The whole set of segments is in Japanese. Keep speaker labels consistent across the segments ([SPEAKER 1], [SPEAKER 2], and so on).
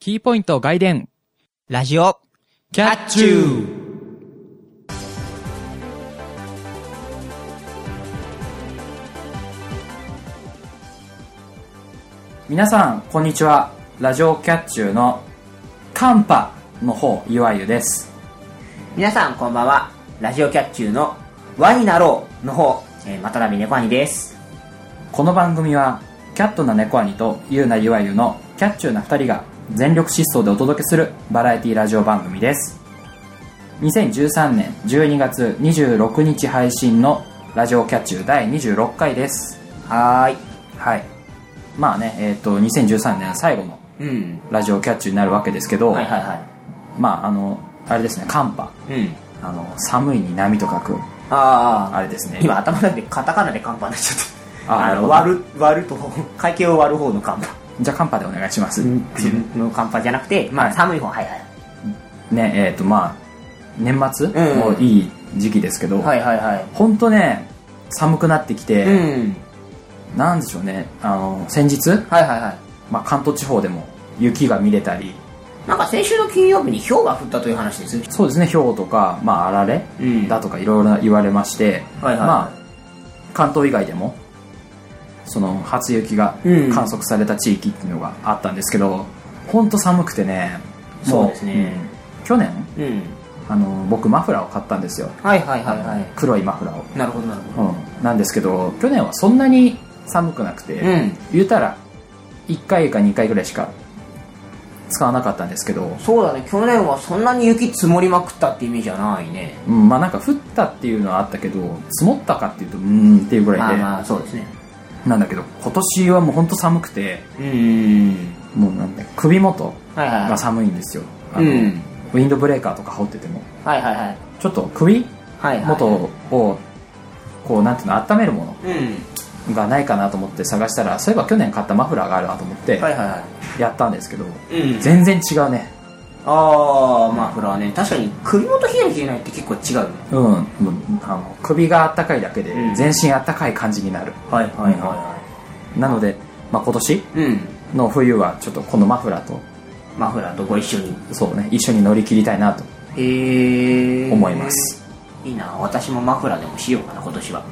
[SPEAKER 1] キーポイント外伝、
[SPEAKER 2] ラジオ、
[SPEAKER 1] キ
[SPEAKER 2] ャッチュ
[SPEAKER 1] ー
[SPEAKER 3] 皆さんこんにちはラジオキャッチューのカンパの方いわゆです
[SPEAKER 2] 皆さんこんばんは。ラジオキャッチューの輪になろうの方、えー、またなび猫兄です。
[SPEAKER 3] この番組はキャットな猫兄とゆうなゆわゆのキャッチューな2人が全力疾走でお届けするバラエティラジオ番組です2013年12月26日配信のラジオキャッチュー第26回です
[SPEAKER 2] はーい。
[SPEAKER 3] はいまあねえっ、と2013年最後の
[SPEAKER 2] うん。
[SPEAKER 3] ラジオキャッチューになるわけですけど、
[SPEAKER 2] はいはいは
[SPEAKER 3] まああのあれですね寒波
[SPEAKER 2] い。うん。
[SPEAKER 3] あの寒いに波と書く
[SPEAKER 2] あ
[SPEAKER 3] あれですね
[SPEAKER 2] ー。今頭の中でカタカナでカンパになっちゃった。
[SPEAKER 3] あー
[SPEAKER 2] あの、
[SPEAKER 3] なる
[SPEAKER 2] 割る、割ると、会計を割る方のカンパ。
[SPEAKER 3] じゃあカンパでお願いします、
[SPEAKER 2] のカンパじゃなくて、ま
[SPEAKER 3] は
[SPEAKER 2] あ
[SPEAKER 3] い
[SPEAKER 2] 寒い方、はいはい。
[SPEAKER 3] ねえっ、とまあ年末、
[SPEAKER 2] うん
[SPEAKER 3] もういい時期ですけど、
[SPEAKER 2] はいはいはい。
[SPEAKER 3] ほんとね寒くなってきて、
[SPEAKER 2] うん。
[SPEAKER 3] なんでしょうねあの先日、
[SPEAKER 2] はいはいはい。
[SPEAKER 3] まあ、関東地方でも雪が見れたり
[SPEAKER 2] なんか先週の金曜日に氷が降ったという話ですよ。
[SPEAKER 3] そうですね氷とか、まあ、あられ
[SPEAKER 2] うん
[SPEAKER 3] だとかいろいろ言われまして、
[SPEAKER 2] はいはいはい
[SPEAKER 3] まあ、関東以外でもその初雪が
[SPEAKER 2] うん
[SPEAKER 3] 観測された地域っていうのがあったんですけど、ほんと寒くてねも
[SPEAKER 2] そうですね
[SPEAKER 3] うん去年
[SPEAKER 2] うん。
[SPEAKER 3] あの僕マフラーを買ったんですよ
[SPEAKER 2] はいはいはいは
[SPEAKER 3] 黒いマフラーを
[SPEAKER 2] い。なるほどなるほど。
[SPEAKER 3] うん、なんですけど去年はそんなに寒くなくて、
[SPEAKER 2] うん。
[SPEAKER 3] 言うたら1回か2回ぐらいしか使わなかったんですけど、
[SPEAKER 2] そうだね、去年はそんなに雪積もりまくったって意味じゃないね。
[SPEAKER 3] うん、まあなんか降ったっていうのはあったけど積もったかっていうとうーんっていうぐらい
[SPEAKER 2] まあ
[SPEAKER 3] で、
[SPEAKER 2] まあ、そうですね。
[SPEAKER 3] なんだけど今年はもう本当寒くて
[SPEAKER 2] うん。
[SPEAKER 3] もうなんだ首元
[SPEAKER 2] はいはい
[SPEAKER 3] が
[SPEAKER 2] は
[SPEAKER 3] 寒いんですよ、あ
[SPEAKER 2] い。う
[SPEAKER 3] の
[SPEAKER 2] ん。
[SPEAKER 3] ウィンドブレーカーとか羽織ってても
[SPEAKER 2] はいはいはい。
[SPEAKER 3] ちょっと首
[SPEAKER 2] はいはい。
[SPEAKER 3] 元をこうなんていうの温めるも
[SPEAKER 2] うん。
[SPEAKER 3] のがないかなと思って探したらそういえば去年買ったマフラーがあるなと思って
[SPEAKER 2] はいはいは
[SPEAKER 3] やったんですけど、
[SPEAKER 2] い。うん。
[SPEAKER 3] 全然違うね
[SPEAKER 2] ああ、マフラーね。確かに首元冷える冷えないって結構違うね。
[SPEAKER 3] うんもうあの首があったかいだけで
[SPEAKER 2] うん
[SPEAKER 3] 全身あったかい感じになる、
[SPEAKER 2] はい
[SPEAKER 3] はいはなので、まあ、今年
[SPEAKER 2] い。うん。
[SPEAKER 3] の冬はちょっとこのマフラーと
[SPEAKER 2] マフラーとご一緒に。
[SPEAKER 3] そうね一緒に乗り切りたいなと
[SPEAKER 2] へえ。
[SPEAKER 3] 思いま。す、
[SPEAKER 2] いいな、私もマフラーでもしようかな、今年は。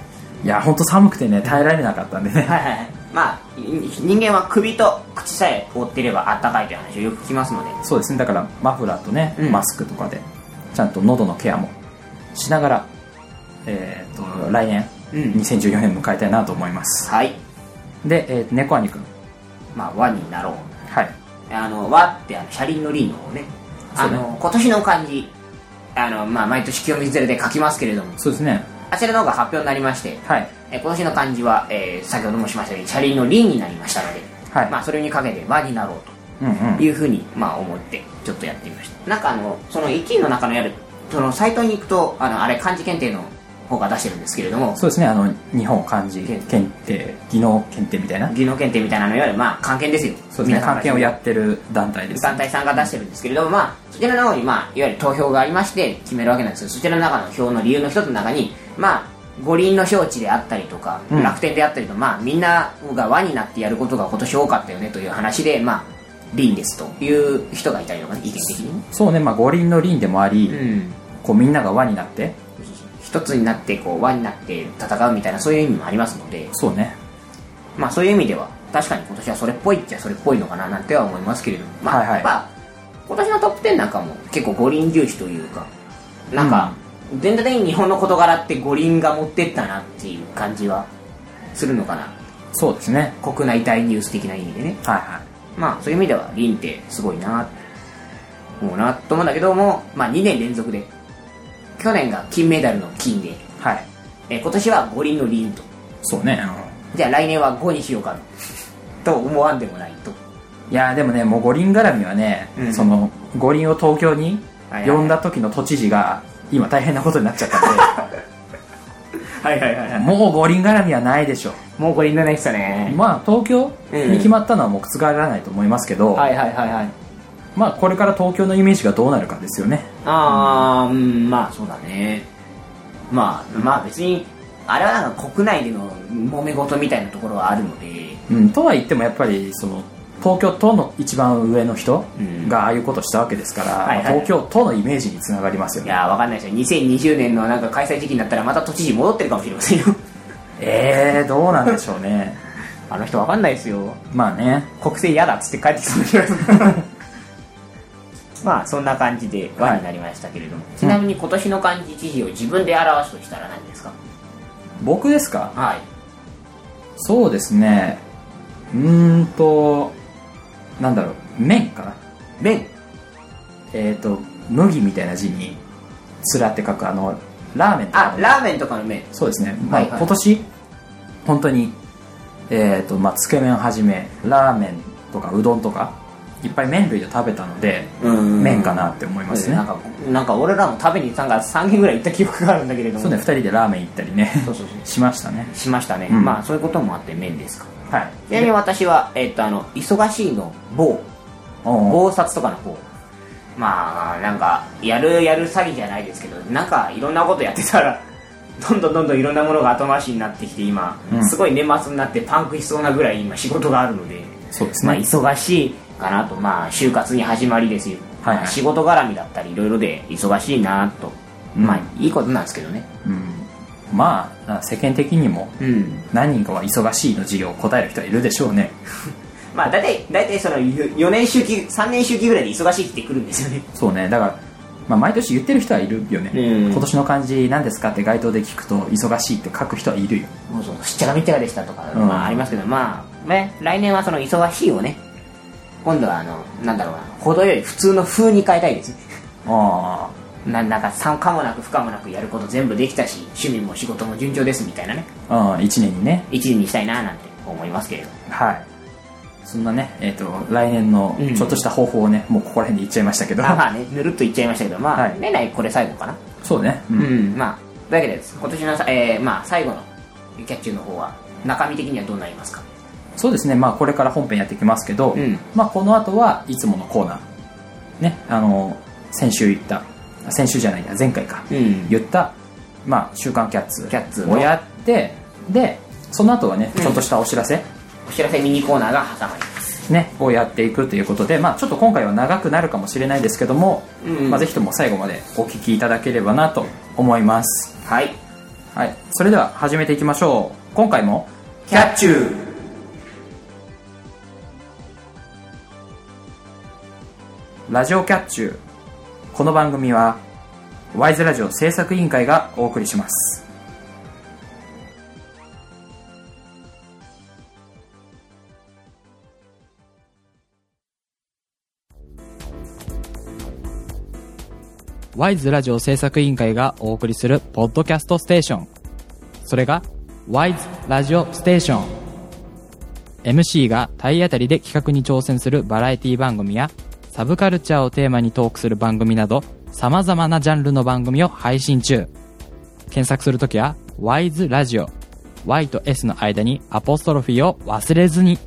[SPEAKER 3] いや本当寒くてね耐えられなかったんでね、
[SPEAKER 2] はいはいはい。まあ、い人間は首と口さえ覆ってればあったかいという話をよく聞きますので。
[SPEAKER 3] そうですねだからマフラーとね、
[SPEAKER 2] うん
[SPEAKER 3] マスクとかでちゃんと喉のケアもしながらえっ、と来年、
[SPEAKER 2] うん
[SPEAKER 3] 2014年迎えたいなと思います
[SPEAKER 2] はい。
[SPEAKER 3] で、えー、猫兄くん
[SPEAKER 2] まあ、和になろう。
[SPEAKER 3] はい
[SPEAKER 2] あの、和ってあの、車輪の輪の方ね。
[SPEAKER 3] そ
[SPEAKER 2] あ
[SPEAKER 3] うね
[SPEAKER 2] の、今年の漢字、あの、まあ、毎年清水寺で書きますけれども、
[SPEAKER 3] そうですね
[SPEAKER 2] あちらの方が発表になりまして、
[SPEAKER 3] はい
[SPEAKER 2] え今年の漢字は、えー先ほどもしましたように、車輪の輪になりましたので、
[SPEAKER 3] はい
[SPEAKER 2] まあ、それにかけて和になろう
[SPEAKER 3] うんうん
[SPEAKER 2] というふうに、まあ、思って、ちょっとやってみました。なんかあの、その1位の中のやる、そのサイトに行くと、あの、あれ、漢字検定の方が出してるんですけれども、
[SPEAKER 3] そうですね、あの、日本漢字検定、技能検定みたいな。
[SPEAKER 2] 技能検定みたいなのより、まあ、漢検ですよ。
[SPEAKER 3] そうですね、
[SPEAKER 2] 皆さん
[SPEAKER 3] 関
[SPEAKER 2] から
[SPEAKER 3] 係をやってる団体です。
[SPEAKER 2] 団体さんが出してるんですけれども、まあ、そちらの方に、まあ、いわゆる投票がありまして決めるわけなんですけどそちらの中の票の理由の一つの中に、まあ、五輪の招致であったりとか、
[SPEAKER 3] うん
[SPEAKER 2] 楽天であったりとまあ、みんなが輪になってやることが今年多かったよねという話で、まあ、輪ですという人がいたりとかね、意見的にね。
[SPEAKER 3] そうね、まあ、五輪の輪でもあり、
[SPEAKER 2] うん
[SPEAKER 3] こう、みんなが輪になって、
[SPEAKER 2] 一つになってこう輪になって戦うみたいなそういう意味もありますので、
[SPEAKER 3] そうね、
[SPEAKER 2] まあ、そういう意味では確かに今年はそれっぽいっちゃそれっぽいのかななんては思いますけれども、まあ
[SPEAKER 3] はいはい
[SPEAKER 2] やっぱ今年のトップ10なんかも結構五輪重視というかなんか全体的に日本の事柄って五輪が持ってったなっていう感じはするのかな
[SPEAKER 3] そうですね。
[SPEAKER 2] 国内大ニュース的な意味でね
[SPEAKER 3] はいは
[SPEAKER 2] まあそういう意味では輪ってすごいなもうなと思うんだけども、まあ、2年連続で去年が金メダルの金で
[SPEAKER 3] い。はい。
[SPEAKER 2] え今年は五輪の輪と
[SPEAKER 3] そうね、
[SPEAKER 2] じゃあ来年は5にしようかと思わんでもないと
[SPEAKER 3] うんいやーでもね、もう五輪絡みはね、
[SPEAKER 2] うん
[SPEAKER 3] その、五輪を東京に
[SPEAKER 2] はいはい
[SPEAKER 3] 呼んだ時の都知事が、今大変なことになっちゃったん
[SPEAKER 2] はいはいはい
[SPEAKER 3] で、
[SPEAKER 2] は
[SPEAKER 3] もう五輪絡みはないでしょ
[SPEAKER 2] い。もうこれいらないっすよね。
[SPEAKER 3] まあ、東京に決まったのはもう覆らないと思いますけど、
[SPEAKER 2] はいはいはいはい。
[SPEAKER 3] まあ、これから東京のイメージがどうなるかですよね。
[SPEAKER 2] あー、うん、まあそうだね。まあ、まあ別に、あれはなんか国内での揉め事みたいなところはあるので、
[SPEAKER 3] うん、とは言ってもやっぱりその東京都の一番上の人
[SPEAKER 2] うん
[SPEAKER 3] がああいうことしたわけですから、
[SPEAKER 2] はいはい
[SPEAKER 3] まあ東京都のイメージにつながりますよ
[SPEAKER 2] い
[SPEAKER 3] ね
[SPEAKER 2] やーわかんないですよ2020年のなんか開催時期になったらまた都知事戻ってるかもしれませんよ
[SPEAKER 3] えー、どうなんでしょうね
[SPEAKER 2] あの人わかんないですよ
[SPEAKER 3] まあね
[SPEAKER 2] 国政嫌だっつって帰ってきたもしれない まあそんな感じで輪になりましたけれども、ちなみに今年の漢字知事を自分で表すとしたら何ですか、
[SPEAKER 3] 僕ですか
[SPEAKER 2] はい
[SPEAKER 3] そうですねうーんとなんだろう麺かな
[SPEAKER 2] 麺
[SPEAKER 3] えっ、と麦みたいな字に「つら」って書くあのラーメンとか
[SPEAKER 2] あ
[SPEAKER 3] の
[SPEAKER 2] ラーメンとかの麺
[SPEAKER 3] そうですね、まあ
[SPEAKER 2] はいはい
[SPEAKER 3] 今年本当にえっ、とまあつけ麺はじめラーメンとかうどんとかいっぱい麺類を食べたので、
[SPEAKER 2] うん
[SPEAKER 3] 麺かなって思いますね、
[SPEAKER 2] なんかなんか俺らも食べに行ったんか3軒ぐらい行った記憶があるんだけれども
[SPEAKER 3] そうね2人でラーメン行った りね
[SPEAKER 2] そうそうそ
[SPEAKER 3] しましたね
[SPEAKER 2] うしましたね、
[SPEAKER 3] うん
[SPEAKER 2] まあそういうこともあって麺ですか
[SPEAKER 3] はい
[SPEAKER 2] ちなみに私は、えっとあの忙しいの某
[SPEAKER 3] おー
[SPEAKER 2] 暴殺とかの方まあなんかやるやる詐欺じゃないですけどなんかいろんなことやってたら どんどんどんどんいろんなものが後回しになってきて今、
[SPEAKER 3] うん
[SPEAKER 2] すごい年末になってパンクしそうなぐらい今仕事があるので、
[SPEAKER 3] そうです
[SPEAKER 2] まあ、
[SPEAKER 3] ね、
[SPEAKER 2] 忙しいかなとまあ就活に始まりですよ、
[SPEAKER 3] はいはい
[SPEAKER 2] 仕事絡みだったりいろいろで忙しいなと、
[SPEAKER 3] うん
[SPEAKER 2] まあいいことなんですけどね
[SPEAKER 3] うん、まあ世間的にも
[SPEAKER 2] うん
[SPEAKER 3] 何人かは忙しいの授業を答える人はいるでしょうね
[SPEAKER 2] まあ大体大体その4年周期3年周期ぐらいで忙しいってくるんですよね
[SPEAKER 3] そうねだから、まあ、毎年言ってる人はいるよね、
[SPEAKER 2] うん
[SPEAKER 3] 今年の漢字何ですかって街頭で聞くと忙しいって書く人はいるよ
[SPEAKER 2] もうそのしっちゃかめっちゃかでしたとか、
[SPEAKER 3] うん
[SPEAKER 2] まあありますけどまあね来年はその忙しいをね今度はあのなんだろうな程よい普通の風に変えたいですね
[SPEAKER 3] あ
[SPEAKER 2] なんだか参加もなく不可もなくやること全部できたし趣味も仕事も順調ですみたいなね
[SPEAKER 3] あ1年にね
[SPEAKER 2] 一時にしたいななんて思いますけれど
[SPEAKER 3] はいそんなね、えっと来年の
[SPEAKER 2] うん
[SPEAKER 3] ちょっとした方法をね、もうここら辺で言っちゃいましたけど
[SPEAKER 2] まあまあねぬるっと言っちゃいましたけどまあ、
[SPEAKER 3] はい
[SPEAKER 2] 年内これ最後かな
[SPEAKER 3] そうね、う
[SPEAKER 2] うんんまあというわけでです今年のさ、えーまあ、最後のキャッチューの方は中身的にはどうなりますか
[SPEAKER 3] そうですねまあこれから本編やっていきますけど、
[SPEAKER 2] うん
[SPEAKER 3] まあこの後はいつものコーナーねあの先週言った先週じゃないな前回か、
[SPEAKER 2] うん
[SPEAKER 3] 言った、まあ、週刊キャッツ
[SPEAKER 2] キャッツの
[SPEAKER 3] をやってでその後はね
[SPEAKER 2] うん
[SPEAKER 3] ちょっとしたお知らせ、
[SPEAKER 2] お知らせミニコーナーが挟まります
[SPEAKER 3] ね、をやっていくということで、まあ、ちょっと今回は長くなるかもしれないですけども、
[SPEAKER 2] うん
[SPEAKER 3] まあ、ぜひとも最後までお聞きいただければなと思います、
[SPEAKER 2] はい
[SPEAKER 3] はい、それでは始めていきましょう今回も
[SPEAKER 2] キャッチュー
[SPEAKER 3] 「ラジオキャッチュー」この番組はワイズラジオ制作委員会がお送りしますワイズラジオ制作委員会がお送りするポッドキャストステーションそれがワイズラジオステーション MC が体当たりで企画に挑戦するバラエティ番組やサブカルチャーをテーマにトークする番組など様々なジャンルの番組を配信中検索するときは WISE ラジオ Y と S の間にアポストロフィーを忘れずに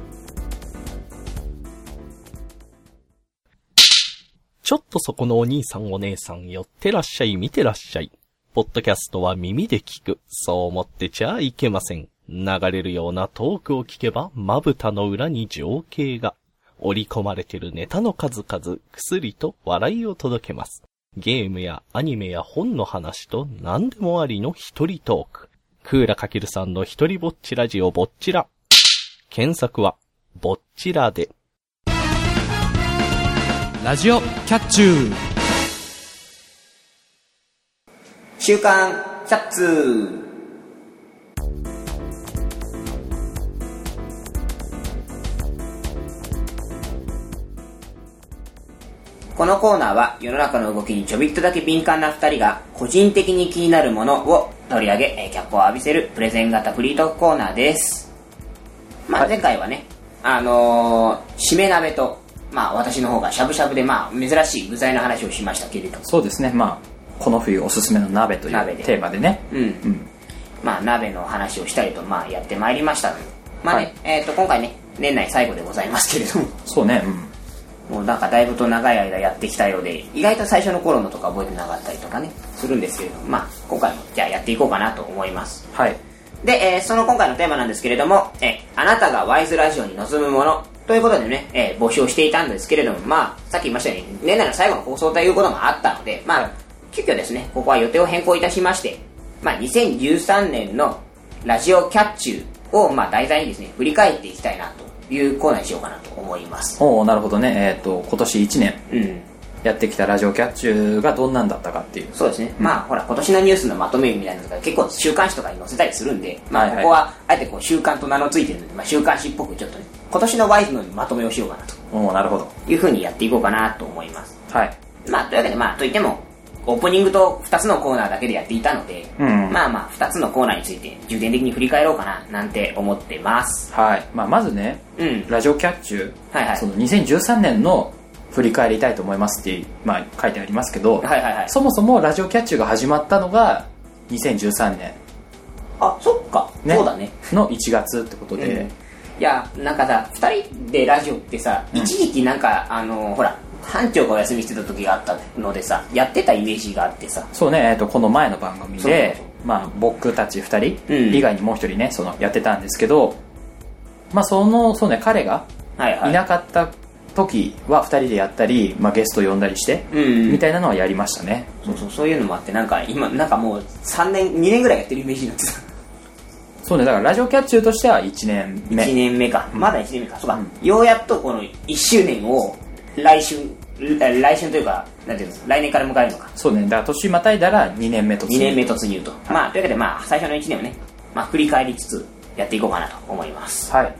[SPEAKER 4] ちょっとそこのお兄さんお姉さん寄ってらっしゃい見てらっしゃい。ポッドキャストは耳で聞く。そう思ってちゃいけません。流れるようなトークを聞けば、まぶたの裏に情景が。織り込まれてるネタの数々、薬と笑いを届けます。ゲームやアニメや本の話と何でもありの一人トーク。クーラかけるさんの一人ぼっちラジオぼっちら。検索は、ぼっちらで。
[SPEAKER 3] ラジオキャッチュー
[SPEAKER 2] 週刊キャッツーこのコーナーは世の中の動きにちょびっとだけ敏感な2人が個人的に気になるものを取り上げえー脚光を浴びせるプレゼン型フリートークコーナーです、まあ、前回はね、あのー、しめ鍋と、まあ、私の方がしゃぶしゃぶで、まあ、珍しい具材の話をしましたけれど
[SPEAKER 3] そうですねまあこの冬おすすめの鍋という
[SPEAKER 2] 鍋で
[SPEAKER 3] テーマでね
[SPEAKER 2] うん、まあ鍋の話をしたりとまあやってまいりましたのでまあね、えっ、と今回ね年内最後でございますけれども
[SPEAKER 3] そうね、
[SPEAKER 2] もうなんかだいぶと長い間やってきたようで意外と最初の頃のとか覚えてなかったりとかねするんですけれどもまあ今回もじゃあやっていこうかなと思います
[SPEAKER 3] はい
[SPEAKER 2] で、えーその今回のテーマなんですけれども、えーあなたがワイズラジオに望むものということでね、えー募集をしていたんですけれども、まあ、さっき言いましたように、年内の最後の放送ということもあったので、まあ、急遽ですね、ここは予定を変更いたしまして、まあ、2013年のラジオキャッチューを、まあ、題材にですね、振り返っていきたいなというコーナーにしようかなと思います。
[SPEAKER 5] おおなるほどねえっ、と今年1年
[SPEAKER 2] うん。
[SPEAKER 5] やってきたラジオキャッチュがどんなんだったかっていう
[SPEAKER 2] そうですね、まあほら今年のニュースのまとめみたいなのが結構週刊誌とかに載せたりするんで、ま
[SPEAKER 5] は
[SPEAKER 2] あ、
[SPEAKER 5] いは
[SPEAKER 2] こ
[SPEAKER 5] い
[SPEAKER 2] こはあえてこう週刊と名の付いてるので、まあ、週刊誌っぽくちょっとね今年のワイズのまとめをしようかなと
[SPEAKER 5] おおなるほど
[SPEAKER 2] いうふうにやっていこうかなと思います
[SPEAKER 5] はい
[SPEAKER 2] まあというわけでまあといってもオープニングと2つのコーナーだけでやっていたので、
[SPEAKER 5] うん
[SPEAKER 2] まあまあ2つのコーナーについて重点的に振り返ろうかななんて思ってます
[SPEAKER 5] はい、まあ、まずね
[SPEAKER 2] うん
[SPEAKER 5] ラジオキャッチュ
[SPEAKER 2] はいはい
[SPEAKER 5] その2013年の振り返りたいと思いますって、まあ、書いてありますけど、
[SPEAKER 2] はいはいはい
[SPEAKER 5] そもそもラジオキャッチュが始まったのが2013年
[SPEAKER 2] あそっか、
[SPEAKER 5] ね
[SPEAKER 2] そうだね
[SPEAKER 5] の1月ってことで、
[SPEAKER 2] うんいやなんかさ2人でラジオってさ、一時期なんかあのほら班長がお休みしてた時があったのでさやってたイメージがあってさ
[SPEAKER 5] そうね、えっとこの前の番組
[SPEAKER 2] そう
[SPEAKER 5] で
[SPEAKER 2] そう
[SPEAKER 5] まあ、僕たち2
[SPEAKER 2] うん
[SPEAKER 5] 人以外にもう1人ねそのやってたんですけど、まあ、そのそう、ね、彼が
[SPEAKER 2] はいはい
[SPEAKER 5] いなかった時は2人でやったり、まあ、ゲスト呼んだりして、
[SPEAKER 2] うん
[SPEAKER 5] みたいなのはやりましたね
[SPEAKER 2] そうそうそういうのもあってなんか今なんかもう3年2年ぐらいやってるイメージになってた
[SPEAKER 5] そうねだからラジオキャッチュとしては1年目
[SPEAKER 2] 1年目か、まだ1年目かそうか、
[SPEAKER 5] うん
[SPEAKER 2] ようやっとこの1周年を来春え来春というかなんていうの来年から迎えるのか
[SPEAKER 5] そうねだから年またいだら2年目と
[SPEAKER 2] 2年目突入と、まあというわけでまあ最初の1年をね、まあ、振り返りつつやっていこうかなと思います
[SPEAKER 5] はい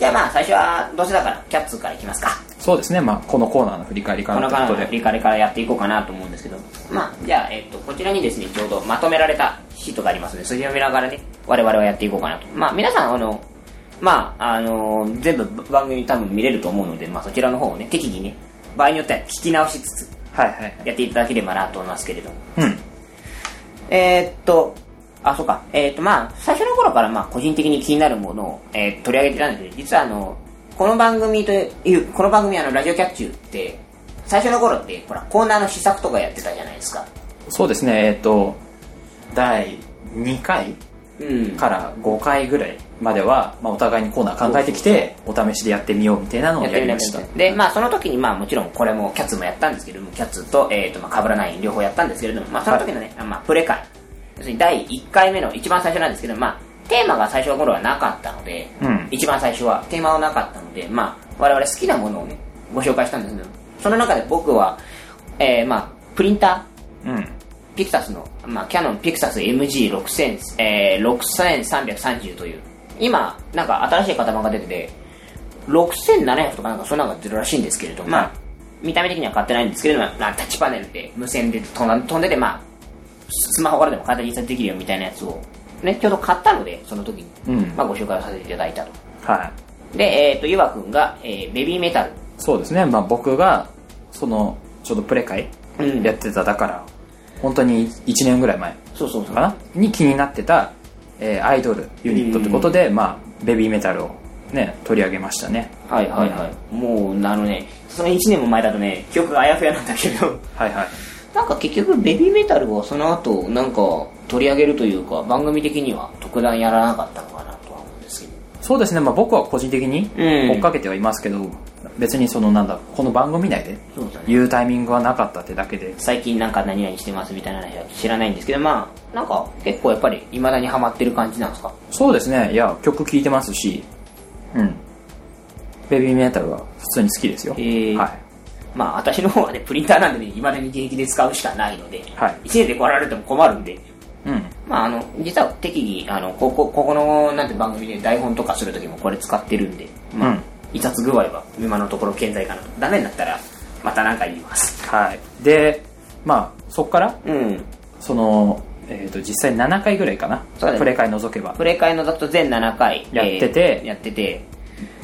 [SPEAKER 2] じゃあまあ最初はどうせだからキャッツーからいきますか
[SPEAKER 5] そうですね、まあ、このコーナーの振り返りか
[SPEAKER 2] こ
[SPEAKER 5] ら
[SPEAKER 2] の間
[SPEAKER 5] というこ
[SPEAKER 2] の
[SPEAKER 5] と
[SPEAKER 2] 振
[SPEAKER 5] で
[SPEAKER 2] り返りからやっていこうかなと思うんですけど、まあ、じゃあ、えっと、こちらにですね、ちょうどまとめられたシートがありますので、それを見ながらね、我々はやっていこうかなと。まあ、皆さん、あの、まあ、あの、全部番組多分見れると思うので、まあ、そちらの方をね、適宜ね、場合によっては聞き直しつつ、
[SPEAKER 5] はいはい
[SPEAKER 2] やっていただければなと思いますけれども。
[SPEAKER 5] うん
[SPEAKER 2] えーっと、あ、そうか。えーっと、まあ、最初の頃から、まあ、個人的に気になるものを、えー取り上げてたんですけど、実は、あの、この番組という、この番組、あの、ラジオキャッチューって、最初の頃って、ほら、コーナーの試作とかやってたじゃないですか。
[SPEAKER 5] そうですねえっ、と第2回
[SPEAKER 2] うん。
[SPEAKER 5] から5回ぐらいまでは、まあ、お互いにコーナー考えてきてお試しでやってみようみたいなのを
[SPEAKER 2] やっ
[SPEAKER 5] や
[SPEAKER 2] て
[SPEAKER 5] り
[SPEAKER 2] み
[SPEAKER 5] ま
[SPEAKER 2] ま
[SPEAKER 5] し
[SPEAKER 2] したた。で、まあ、その時に、まあ、もちろん、これも、キャッツもやったんですけども、キャッツと、えーっと、まあ、被らない両方やったんですけれども、まあ、その時のね、あまあ、プレ会。要するに、第1回目の、一番最初なんですけど、まあ、テーマが最初の頃はなかったので、
[SPEAKER 5] うん
[SPEAKER 2] 一番最初はテーマはなかったので、まあ、我々好きなものをね、ご紹介したんですけど、その中で僕は、えー、まあ、プリンタ
[SPEAKER 5] うん
[SPEAKER 2] ー、ピクサスの、まあ、キャノンピクサス MG6330、えー、6330という、今、なんか新しい型番が出てて、6700とかなんかそんなのが出るらしいんですけれども、
[SPEAKER 5] まあ
[SPEAKER 2] 見た目的には買ってないんですけれども、まあ、タッチパネルで無線で飛んだ飛んでて、まあ、スマホからでも簡単に印刷できるよみたいなやつを、ね、ちょうど買ったので、その時に、
[SPEAKER 5] うん
[SPEAKER 2] まあ、ご紹介をさせていただいたと。
[SPEAKER 5] はい
[SPEAKER 2] で、えっ、と、ゆわくんが、えーベビーメタル。
[SPEAKER 5] そうですね、まあ、僕がそのちょうどプレ会
[SPEAKER 2] うん
[SPEAKER 5] やってただから、本当に1年ぐらい前
[SPEAKER 2] そうそうそ
[SPEAKER 5] かなに気になってた、えーアイドルユニットってことで、まあ、ベビーメタルをね取り上げましたね
[SPEAKER 2] はいはいはい。もう、あのね、その1年も前だとね、記憶があやふやなんだけど、
[SPEAKER 5] はいはい
[SPEAKER 2] なんか結局、ベビーメタルはその後、なんか、取り上げるというか、番組的には特段やらなかったのかなとは思うんですけど。
[SPEAKER 5] そうですね、まあ、僕は個人的に
[SPEAKER 2] うん
[SPEAKER 5] 追っかけてはいますけど、別にそのなんだこの番組内で
[SPEAKER 2] そうだね
[SPEAKER 5] 言うタイミングはなかったってだけで、
[SPEAKER 2] 最近なんか何々してますみたいな話は知らないんですけど、まあ、なんか結構やっぱり未だにハマってる感じなんですか
[SPEAKER 5] そうですねいや曲聴いてますしうんベビーメタルは普通に好きですよ、
[SPEAKER 2] へー
[SPEAKER 5] はい、
[SPEAKER 2] まあ、私の方はね、プリンターなんでね、未だに現役で使うしかないので、
[SPEAKER 5] はい
[SPEAKER 2] 1年で来られても困るんで、
[SPEAKER 5] うん、
[SPEAKER 2] まあ、あの、実は適宜、あの、ここ、ここの、なんて番組で台本とかするときもこれ使ってるんで、まあ、
[SPEAKER 5] うん
[SPEAKER 2] いさつ具合は今のところ健在かなと。ダメになったら、またなんか言います。
[SPEAKER 5] はいでまあそっから
[SPEAKER 2] うん。
[SPEAKER 5] その、えー、と実際7回ぐらいかな、
[SPEAKER 2] そうだね
[SPEAKER 5] プレイ会除けば
[SPEAKER 2] プレイ会のだと全7回。
[SPEAKER 5] やってて
[SPEAKER 2] えーやってて、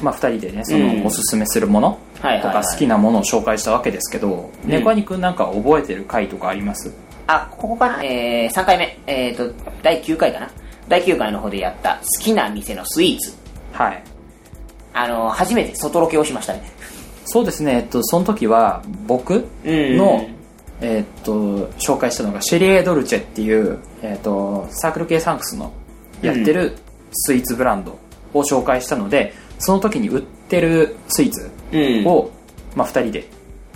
[SPEAKER 5] まあ、2人でねそ
[SPEAKER 2] うん
[SPEAKER 5] のおすすめするものと
[SPEAKER 2] はいはいは
[SPEAKER 5] か
[SPEAKER 2] い
[SPEAKER 5] 好きなものを紹介したわけですけど
[SPEAKER 2] ん
[SPEAKER 5] 猫兄くんなんか覚えてる回とかあります
[SPEAKER 2] あ、ここかなえー、3回目。えっ、と、第9回かな第9回の方でやった、好きな店のスイーツ。
[SPEAKER 5] はい
[SPEAKER 2] あの、初めて外ロケをしましたね。
[SPEAKER 5] そうですねえっとその時は僕
[SPEAKER 2] うん
[SPEAKER 5] の、えっと紹介したのがシェリエ・ドルチェっていう、えっとサークル系サンクスのやってるスイーツブランドを紹介したので、その時に売ってるスイーツ
[SPEAKER 2] うん。
[SPEAKER 5] を、まあ、2人で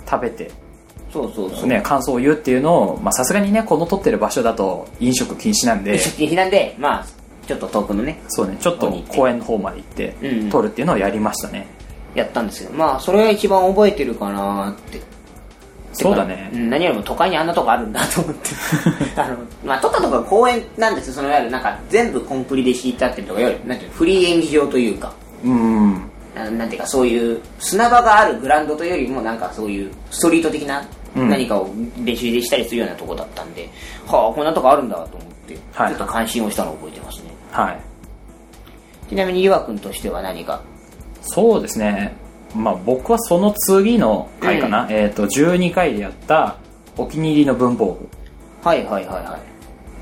[SPEAKER 5] 食べて、
[SPEAKER 2] そうそう そう。
[SPEAKER 5] ね、感想を言うっていうのをまあさすがにねこの撮ってる場所だと飲食禁止なんで
[SPEAKER 2] 一緒に避難で、まあ、ちょっと遠くのね、
[SPEAKER 5] そうねちょっと公園の方まで行って
[SPEAKER 2] うんうん
[SPEAKER 5] 撮るっていうのをやりましたね、
[SPEAKER 2] やったんですけど、まあ、それが一番覚えてるかなって。
[SPEAKER 5] そうだね
[SPEAKER 2] てかん何よりも都会にあんなとこあるんだと思 って。あの、まあ、撮ったとこは公園なんですよ、そのいわゆる、なんか、全部コンプリで敷いてあってるとか、いわゆる、なんていうの、フリー演技場というか、
[SPEAKER 5] うんうん
[SPEAKER 2] ななんていうか、そういう、砂場があるグラウンドというよりも、なんかそういう、ストリート的な、
[SPEAKER 5] うん
[SPEAKER 2] 何かを練習でしたりするようなとこだったんで、はあ、こんなとこあるんだと思って、
[SPEAKER 5] はい
[SPEAKER 2] ちょっと関心をしたのを覚えてますね。
[SPEAKER 5] はい
[SPEAKER 2] ちなみに、ゆわくんとしては何か、
[SPEAKER 5] そうですねまあ僕はその次の回かな、えっ、と12回でやったお気に入りの文房具
[SPEAKER 2] はいはいはいは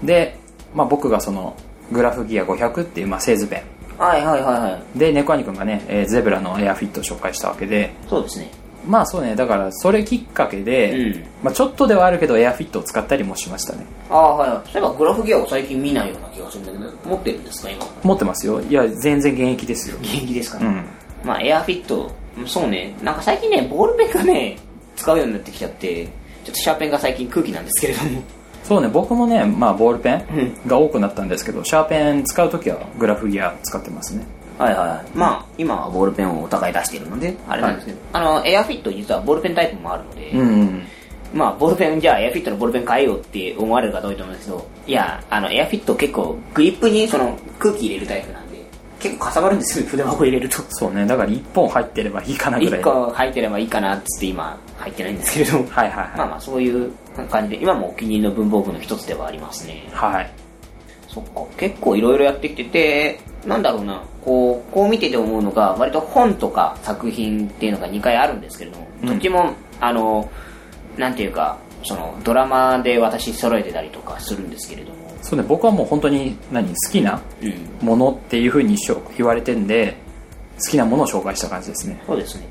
[SPEAKER 2] い。
[SPEAKER 5] で、まあ、僕がそのグラフギア500っていう、まあ、製図ペ
[SPEAKER 2] はいはいはいはい。
[SPEAKER 5] ンで猫兄君がね、えーゼブラのエアフィットを紹介したわけで
[SPEAKER 2] そうですね。
[SPEAKER 5] まあそうねだからそれきっかけで、
[SPEAKER 2] うん
[SPEAKER 5] まあ、ちょっとではあるけどエアフィットを使ったりもしましたね
[SPEAKER 2] ああ、はいはい。そういえば、グラフギアを最近見ないような気がするんだけど、持ってるんですか、今。
[SPEAKER 5] 持ってますよいや全然現役ですよ
[SPEAKER 2] 元気ですか
[SPEAKER 5] う
[SPEAKER 2] ね。
[SPEAKER 5] ん
[SPEAKER 2] まあ、エアフィット、そうね、なんか最近ね、ボールペンがね、使うようになってきちゃって、ちょっとシャーペンが最近空気なんですけれども。
[SPEAKER 5] そうね僕もね、まあ、ボールペンが多くなったんですけど、シャーペン使う時はグラフギア使ってますね
[SPEAKER 2] はいはいはい。まあ、今はボールペンをお互い出しているので、あれなんですけど、あの、エアフィット実はボールペンタイプもあるので、
[SPEAKER 5] うん、うん、
[SPEAKER 2] まあ、ボールペン、じゃあエアフィットのボールペン変えようって思われる方多いと思うんですけど、いや、あの、エアフィット結構グリップにその空気入れるタイプなんで、結構かさばるんですよ、筆箱入れると。
[SPEAKER 5] そうねだから1本入ってればいいかなぐらい
[SPEAKER 2] 1
[SPEAKER 5] の
[SPEAKER 2] 個入ってればいいかなっつって今、入ってないんですけれども。
[SPEAKER 5] はいはい
[SPEAKER 2] まあ
[SPEAKER 5] は
[SPEAKER 2] まあ、そういう感じで、今もお気に入りの文房具の一つではありますね。
[SPEAKER 5] いはい
[SPEAKER 2] そっか、結構いろいろやってきてて、なんだろうな、こう、こう見てて思うのが、割と本とか作品っていうのが2回あるんですけれども、
[SPEAKER 5] うん
[SPEAKER 2] どっちも、あの、なんていうか、その、ドラマで私揃えてたりとかするんですけれども、
[SPEAKER 5] そうね僕はもう本当に何好きな
[SPEAKER 2] うん。
[SPEAKER 5] ものっていうふうに一生言われてんで好きなものを紹介した感じですね
[SPEAKER 2] そうですね。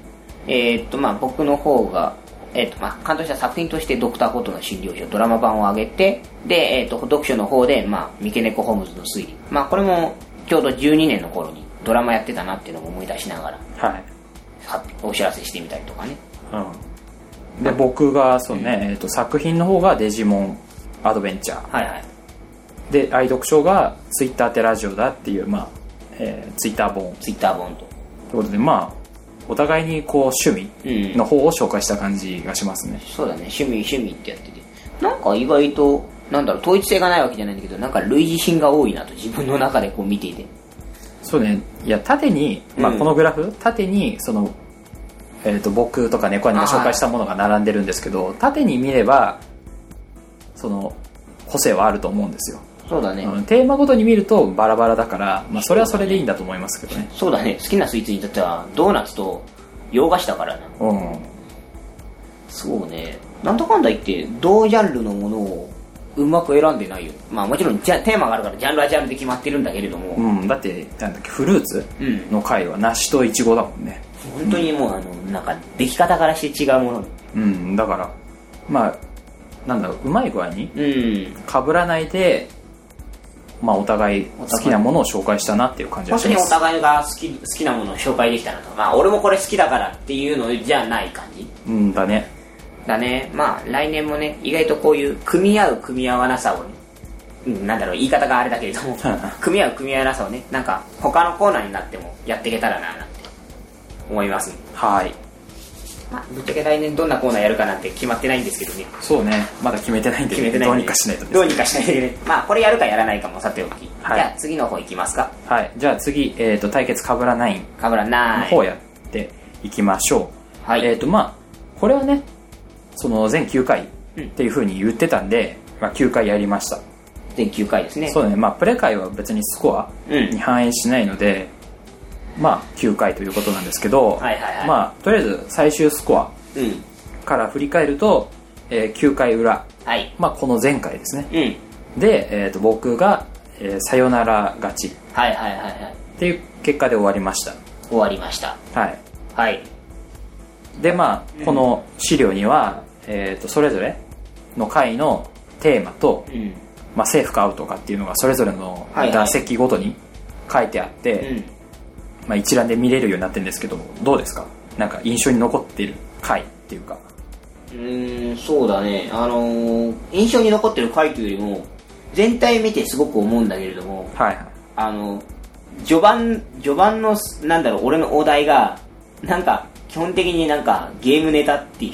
[SPEAKER 2] えーっと、まあ僕の方が、えーっと、まあ感動した作品として、ドクターコートの診療所、ドラマ版を上げて、で、えーっと、読書の方で、まあ三毛猫ホームズの推理。まあこれも、ちょうど12年の頃に、ドラマやってたなっていうのも思い出しながら、
[SPEAKER 5] はい
[SPEAKER 2] はお知らせしてみたりとかね
[SPEAKER 5] うんで僕がそうね、えっと作品の方がデジモンアドベンチャー
[SPEAKER 2] はいはい
[SPEAKER 5] で愛読書がツイッターってラジオだっていう、まあえーツイッター本
[SPEAKER 2] ツイッター本と
[SPEAKER 5] ということでまあお互いにこう趣味の方を紹介した感じがしますね、
[SPEAKER 2] そうだね趣味趣味ってやっててなんか意外となんだろう統一性がないわけじゃないんだけどなんか類似品が多いなと自分の中でこう見ていて
[SPEAKER 5] そうねいや縦に、まあ、
[SPEAKER 2] うん
[SPEAKER 5] このグラフ、縦にその、えー、と僕とか猫兄が紹介したものが並んでるんですけど縦に見ればその個性はあると思うんですよ、
[SPEAKER 2] そうだね、
[SPEAKER 5] うんテーマごとに見るとバラバラだから、まあ、それはそれでいいんだと思いますけどね
[SPEAKER 2] そうだね好きなスイーツに至ってはドーナツと洋菓子だからな
[SPEAKER 5] うん
[SPEAKER 2] そうねなんだかんだ言って同ジャンルのものをうまく選んでないよまあもちろんじゃテーマがあるからジャンルはジャンルで決まってるんだけれども、
[SPEAKER 5] うん、だってなんだっけフルーツ
[SPEAKER 2] うん
[SPEAKER 5] の回は梨とイチゴだもんね
[SPEAKER 2] 本当にもうあのなんか出来方からして違うもの
[SPEAKER 5] うんだからまあなんだろううまい具合に
[SPEAKER 2] うん
[SPEAKER 5] かぶらないでまあお互い好きなものを紹介したなっていう感じが
[SPEAKER 2] 本
[SPEAKER 5] し
[SPEAKER 2] 当に
[SPEAKER 5] ま
[SPEAKER 2] お
[SPEAKER 5] す
[SPEAKER 2] 互いが好き好きなものを紹介できたなとまあ俺もこれ好きだからっていうのじゃない感じ
[SPEAKER 5] うんだね
[SPEAKER 2] だねまあ来年もね意外とこういう組み合う組み合わなさをねうんなんだろう言い方があれだけれど も組み合う組み合わなさをねなんか他のコーナーになってもやっていけたらななんて思いますね
[SPEAKER 5] はい
[SPEAKER 2] まあぶっちゃけ来年どんなコーナーやるかなんて決まってないんですけどね
[SPEAKER 5] そうねまだ決めてないんで
[SPEAKER 2] 決めてない
[SPEAKER 5] ど
[SPEAKER 2] ん
[SPEAKER 5] う
[SPEAKER 2] で
[SPEAKER 5] にかしないとです
[SPEAKER 2] どうにかしないといけないまあこれやるかやらないかもさておき、
[SPEAKER 5] はい
[SPEAKER 2] じゃあ次の方いきますか
[SPEAKER 5] はいじゃあ次、えー、と対決かぶらない
[SPEAKER 2] かぶら
[SPEAKER 5] の
[SPEAKER 2] ない
[SPEAKER 5] 方やっていきましょう
[SPEAKER 2] はい
[SPEAKER 5] えっ、とまあこれはねその全9回っていうふうに言ってたんで、まあ、9回やりました
[SPEAKER 2] 全9回ですね
[SPEAKER 5] そうだねまあプレ会は別にスコア
[SPEAKER 2] うん
[SPEAKER 5] に反映しないので、まあ9回ということなんですけど、
[SPEAKER 2] はいはいはい
[SPEAKER 5] まあとりあえず最終スコア
[SPEAKER 2] うん
[SPEAKER 5] から振り返ると、えー9回裏、
[SPEAKER 2] はい
[SPEAKER 5] まあ、この前回ですね
[SPEAKER 2] うん
[SPEAKER 5] で、えー、と僕が、えーサヨナラ勝ちっ
[SPEAKER 2] はいはいはいはい
[SPEAKER 5] ていう結果で終わりまし
[SPEAKER 2] 終わりました
[SPEAKER 5] たはい
[SPEAKER 2] はい
[SPEAKER 5] でまあこの資料には、えー、とそれぞれの回のテーマと、
[SPEAKER 2] うん
[SPEAKER 5] まあ、セーフかアウトかっていうのがそれぞれの
[SPEAKER 2] はいはい
[SPEAKER 5] 打席ごとに書いてあって、
[SPEAKER 2] うん
[SPEAKER 5] まあ、一覧で見れるようになってるんですけどどうですかなんか印象に残っている回っていうか
[SPEAKER 2] うーんそうだねあのー印象に残ってる回というよりも全体見てすごく思うんだけれども
[SPEAKER 5] はいはい
[SPEAKER 2] あの序盤序盤のなんだろう俺のお題がなんか基本的になんかゲームネタっていう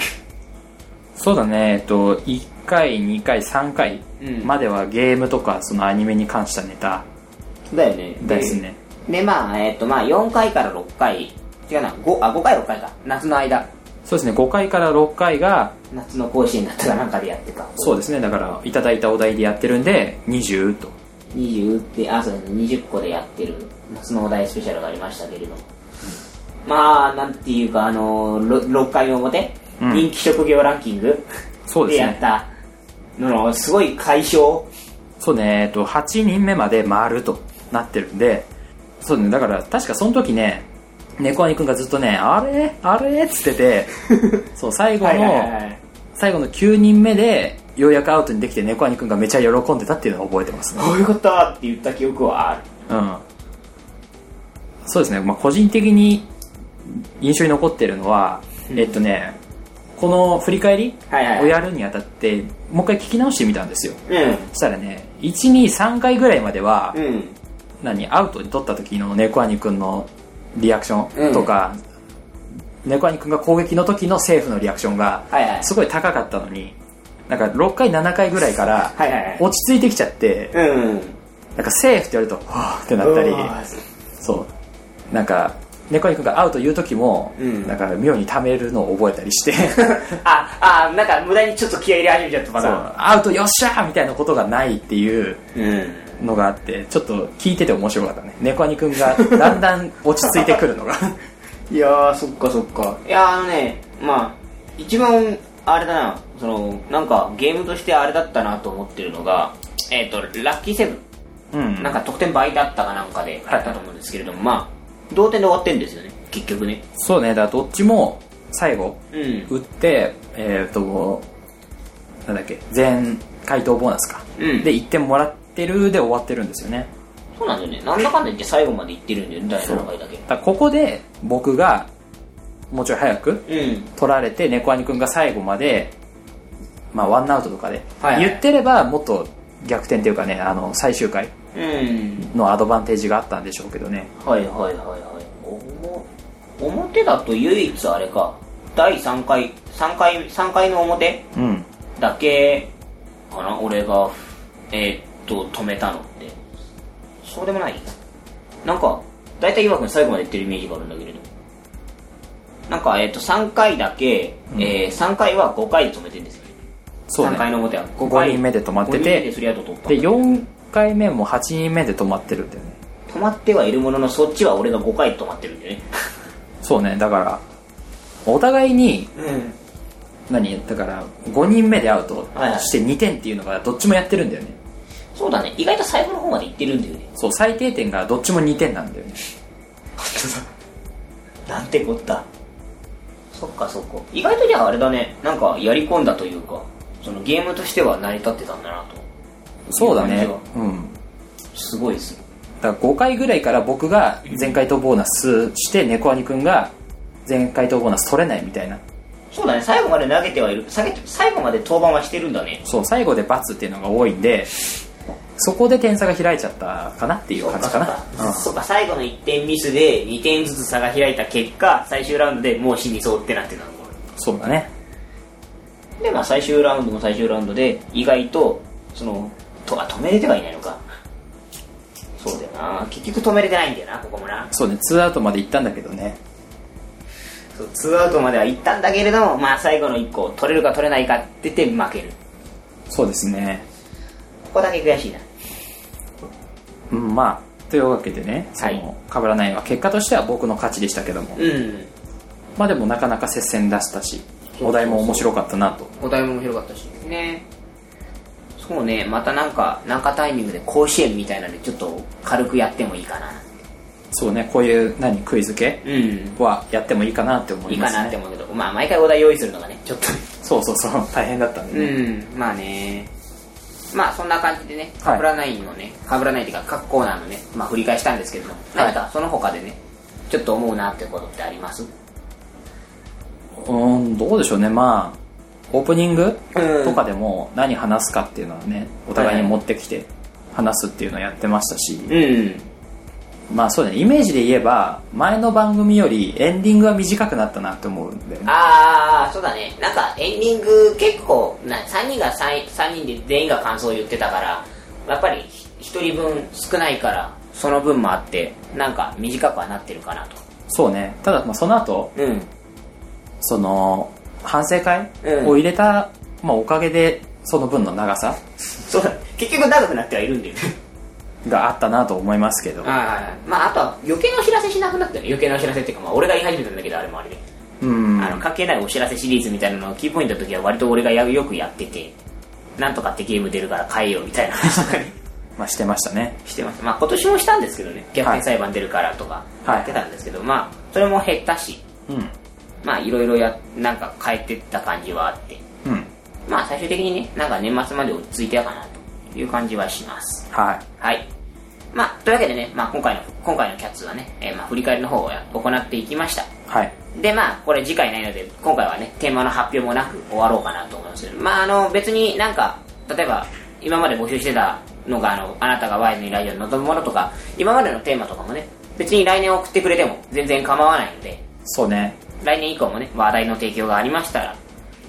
[SPEAKER 5] そうだねえっと1回2回3回
[SPEAKER 2] うん
[SPEAKER 5] まではゲームとかそのアニメに関したネタ
[SPEAKER 2] だよね
[SPEAKER 5] ですね、
[SPEAKER 2] でまあえっ、とまあ4回から6回違うな 5, あ5回6回か夏の間
[SPEAKER 5] そうですね5回から6回が
[SPEAKER 2] 夏の甲子園だったかなんかでやってた
[SPEAKER 5] そうですねだからいただいたお題でやってるんで20と
[SPEAKER 2] 20ってあそうですね20個でやってる夏のお題スペシャルがありましたけれども、まあなんていうかあのろ 6, 回の表、
[SPEAKER 5] うん
[SPEAKER 2] 人気職業ランキング
[SPEAKER 5] そうで
[SPEAKER 2] ですやっ
[SPEAKER 5] ね
[SPEAKER 2] たののすごい解消
[SPEAKER 5] そうねえっと8人目まで回るとなってるんでそうねだから確かその時ね猫兄くんがずっとねあれあれっ つっててそう最後の、
[SPEAKER 2] い
[SPEAKER 5] 最後の9人目でようやくアウトにできて猫兄くんがめちゃ喜んでたっていうのを覚えてますね
[SPEAKER 2] こういうことって言った記憶はある
[SPEAKER 5] うんそうですね、まあ、個人的に印象に残ってるのは、
[SPEAKER 2] うん
[SPEAKER 5] えっとねこの振り返り
[SPEAKER 2] はいはい
[SPEAKER 5] をやるにあたってもう一回聞き直してみたんですよ
[SPEAKER 2] う
[SPEAKER 5] そしたらね123回ぐらいまでは、
[SPEAKER 2] んうん
[SPEAKER 5] 何アウトに取った時の猫兄くんのリアクションとか、猫兄くんが攻撃の時のセーフのリアクションが
[SPEAKER 2] はいはい
[SPEAKER 5] すごい高かったのになんか6回7回ぐらいから
[SPEAKER 2] はいはいはい
[SPEAKER 5] 落ち着いてきちゃって
[SPEAKER 2] うん
[SPEAKER 5] なんかセーフって言われるとはぁってなったり
[SPEAKER 2] うわ
[SPEAKER 5] そうなんか猫兄くんがアウト言う時も、
[SPEAKER 2] うん
[SPEAKER 5] なんか妙に溜めるのを覚えた りして
[SPEAKER 2] ああなんか無駄にちょっと気合い入れ始めちゃった
[SPEAKER 5] そ
[SPEAKER 2] まだ
[SPEAKER 5] うアウトよっしゃーみたいなことがないっていう
[SPEAKER 2] うん
[SPEAKER 5] のがあってちょっと聞いてて面白かったね猫兄くんがだんだん落ち着いてくるのが
[SPEAKER 2] いやーそっかそっかいやーあのねまあ一番あれだなそのなんかゲームとしてあれだったなと思ってるのがえっ、とラッキーセブン
[SPEAKER 5] うん
[SPEAKER 2] なんか得点倍だったかなんかでやったと思うんですけれども、まあ同点で終わってんですよね結局ね
[SPEAKER 5] そうねだからどっちも最後
[SPEAKER 2] うん
[SPEAKER 5] 打ってえっ、となんだっけ全回答ボーナスか、
[SPEAKER 2] うん
[SPEAKER 5] で1点もらってるで終わってるんですよね
[SPEAKER 2] そうなんだよねなんだかんだ言って最後まで行ってるんだよね第7回だけ
[SPEAKER 5] だからここで僕がもうちょい早く
[SPEAKER 2] うん
[SPEAKER 5] 取られて猫兄くんが最後まで、まあ、ワンアウトとかで、
[SPEAKER 2] はいはい
[SPEAKER 5] 言ってればもっと逆転というかねあの最終回
[SPEAKER 2] うん
[SPEAKER 5] のアドバンテージがあったんでしょうけどね
[SPEAKER 2] はいはいはいはいおも表だと唯一あれか第3回3回3回の表
[SPEAKER 5] うん
[SPEAKER 2] だけかな俺がえーっと止めたのってそうでもないなんか大体岩君最後まで言ってるイメージがあるんだけれどなんかえーっと3回だけ、
[SPEAKER 5] うん
[SPEAKER 2] え3回は5回で止めてるんですよね
[SPEAKER 5] そう
[SPEAKER 2] 3回
[SPEAKER 5] ね
[SPEAKER 2] の表は5
[SPEAKER 5] 5
[SPEAKER 2] 回
[SPEAKER 5] 人目で止まって
[SPEAKER 2] 5人目で
[SPEAKER 5] て
[SPEAKER 2] スリーアウト取った
[SPEAKER 5] で4回目も8人目で止まってるんだよね
[SPEAKER 2] 止まってはいるもののそっちは俺が5回止まってるんだよね
[SPEAKER 5] そうねだからお互いに
[SPEAKER 2] うん
[SPEAKER 5] 何だから5人目でアウト
[SPEAKER 2] はいはい
[SPEAKER 5] して2点っていうのがどっちもやってるんだよね
[SPEAKER 2] そうだね意外と最後の方まで行ってるんだよね
[SPEAKER 5] そう最低点がどっちも2点なんだよね
[SPEAKER 2] なんてこったそっかそっか意外とじゃああれだねなんかやり込んだというかそのゲームとしては成り立ってたんだなと
[SPEAKER 5] そうだね
[SPEAKER 2] いう感
[SPEAKER 5] うん
[SPEAKER 2] すごいですね
[SPEAKER 5] だから5回ぐらいから僕が全回答ボーナスして猫兄くんが全回答ボーナス取れないみたいな
[SPEAKER 2] そうだね最後まで投げてはいる下げて最後まで登板はしてるんだね
[SPEAKER 5] そう最後で罰っていうのが多いんでそこで点差が開いちゃったかなっていう
[SPEAKER 2] そっ
[SPEAKER 5] 感
[SPEAKER 2] か
[SPEAKER 5] じ
[SPEAKER 2] そっ
[SPEAKER 5] かな
[SPEAKER 2] か,、そっか最後の1点ミスで2点ずつ差が開いた結果最終ラウンドでもう死にそうってなってたの
[SPEAKER 5] うんそうだね
[SPEAKER 2] でまあ最終ラウンドも最終ラウンドで意外とそのとあ止めれてはいないのかそうだよな結局止めれてないんだよなここもな
[SPEAKER 5] そうねツーアウトまで行ったんだけどね
[SPEAKER 2] そうツーアウトまでは行ったんだけれどもまあ最後の1個取れるか取れないかって言って負ける
[SPEAKER 5] そうですね
[SPEAKER 2] ここだけ悔しいな
[SPEAKER 5] うんまあというわけでねそ
[SPEAKER 2] はい
[SPEAKER 5] の被らないは結果としては僕の勝ちでしたけども
[SPEAKER 2] うん
[SPEAKER 5] まあでもなかなか接戦出したしお題も面白かったなと
[SPEAKER 2] お題も面白かったしねそうねまたなんかなんかタイミングで甲子園みたいなのでちょっと軽くやってもいいかな
[SPEAKER 5] そうねこういう何クイズ系
[SPEAKER 2] うん
[SPEAKER 5] はやってもいいかなって思
[SPEAKER 2] いい
[SPEAKER 5] いま
[SPEAKER 2] か
[SPEAKER 5] すね
[SPEAKER 2] なって思うけどまあ毎回お題用意するのがねちょっと
[SPEAKER 5] そうそうそう大変だったんでね、
[SPEAKER 2] うんまあねまあそんな感じでね
[SPEAKER 5] はい
[SPEAKER 2] かぶらないのねかぶらないっていうか各コーナーのねまあ振り返したんですけれども
[SPEAKER 5] は
[SPEAKER 2] 何
[SPEAKER 5] い
[SPEAKER 2] かその他でねちょっと思うなってことってあります
[SPEAKER 5] うんどうでしょうねまあオープニング
[SPEAKER 2] うん
[SPEAKER 5] とかでも何話すかっていうのはねお互いに持ってきて話すっていうのをやってましたし、
[SPEAKER 2] うん
[SPEAKER 5] まあそうだねイメージで言えば前の番組よりエンディングは短くなったなって思うんだよね
[SPEAKER 2] ああそうだねなんかエンディング結構な3人が 3, 三人で全員が感想を言ってたからやっぱり1人分少ないからその分もあってなんか短くはなってるかなと
[SPEAKER 5] そうねただまあその後
[SPEAKER 2] うん
[SPEAKER 5] その反省会
[SPEAKER 2] うん
[SPEAKER 5] を入れた、まあ、おかげでその分の長さ
[SPEAKER 2] そうだ結局長くなってはいるんだよね
[SPEAKER 5] があったなと思いますけど
[SPEAKER 2] はいはいはいまああとは余計なお知らせしなくなったよね余計なお知らせっていうか、まあ、俺が言い始めたんだけどあれもあれで、
[SPEAKER 5] うん
[SPEAKER 2] あの関係ないお知らせシリーズみたいなのをキーポイントの時は割と俺がやよくやっててなんとかってゲーム出るから変えようみたいな話とかね
[SPEAKER 5] まあしてましたね
[SPEAKER 2] してますまあ今年もしたんですけどね逆転裁判出るからとか
[SPEAKER 5] はい
[SPEAKER 2] やってたんですけど、まあそれも減ったし
[SPEAKER 5] うん
[SPEAKER 2] まあいろいろやなんか変えてった感じはあって
[SPEAKER 5] うん
[SPEAKER 2] まあ最終的にねなんか年末まで落ち着いてたかなという感じはします
[SPEAKER 5] はい
[SPEAKER 2] はいまあというわけでね、まあ、今回の今回のキャッツはね、えーまあ振り返りの方をや行っていきました
[SPEAKER 5] はい
[SPEAKER 2] でまあこれ次回ないので今回はねテーマの発表もなく終わろうかなと思いますけどまああの別になんか例えば今まで募集してたのがあのあなたがワイズにラジオに望むものとか今までのテーマとかもね別に来年送ってくれても全然構わないので
[SPEAKER 5] そうね
[SPEAKER 2] 来年以降もね話題の提供がありましたら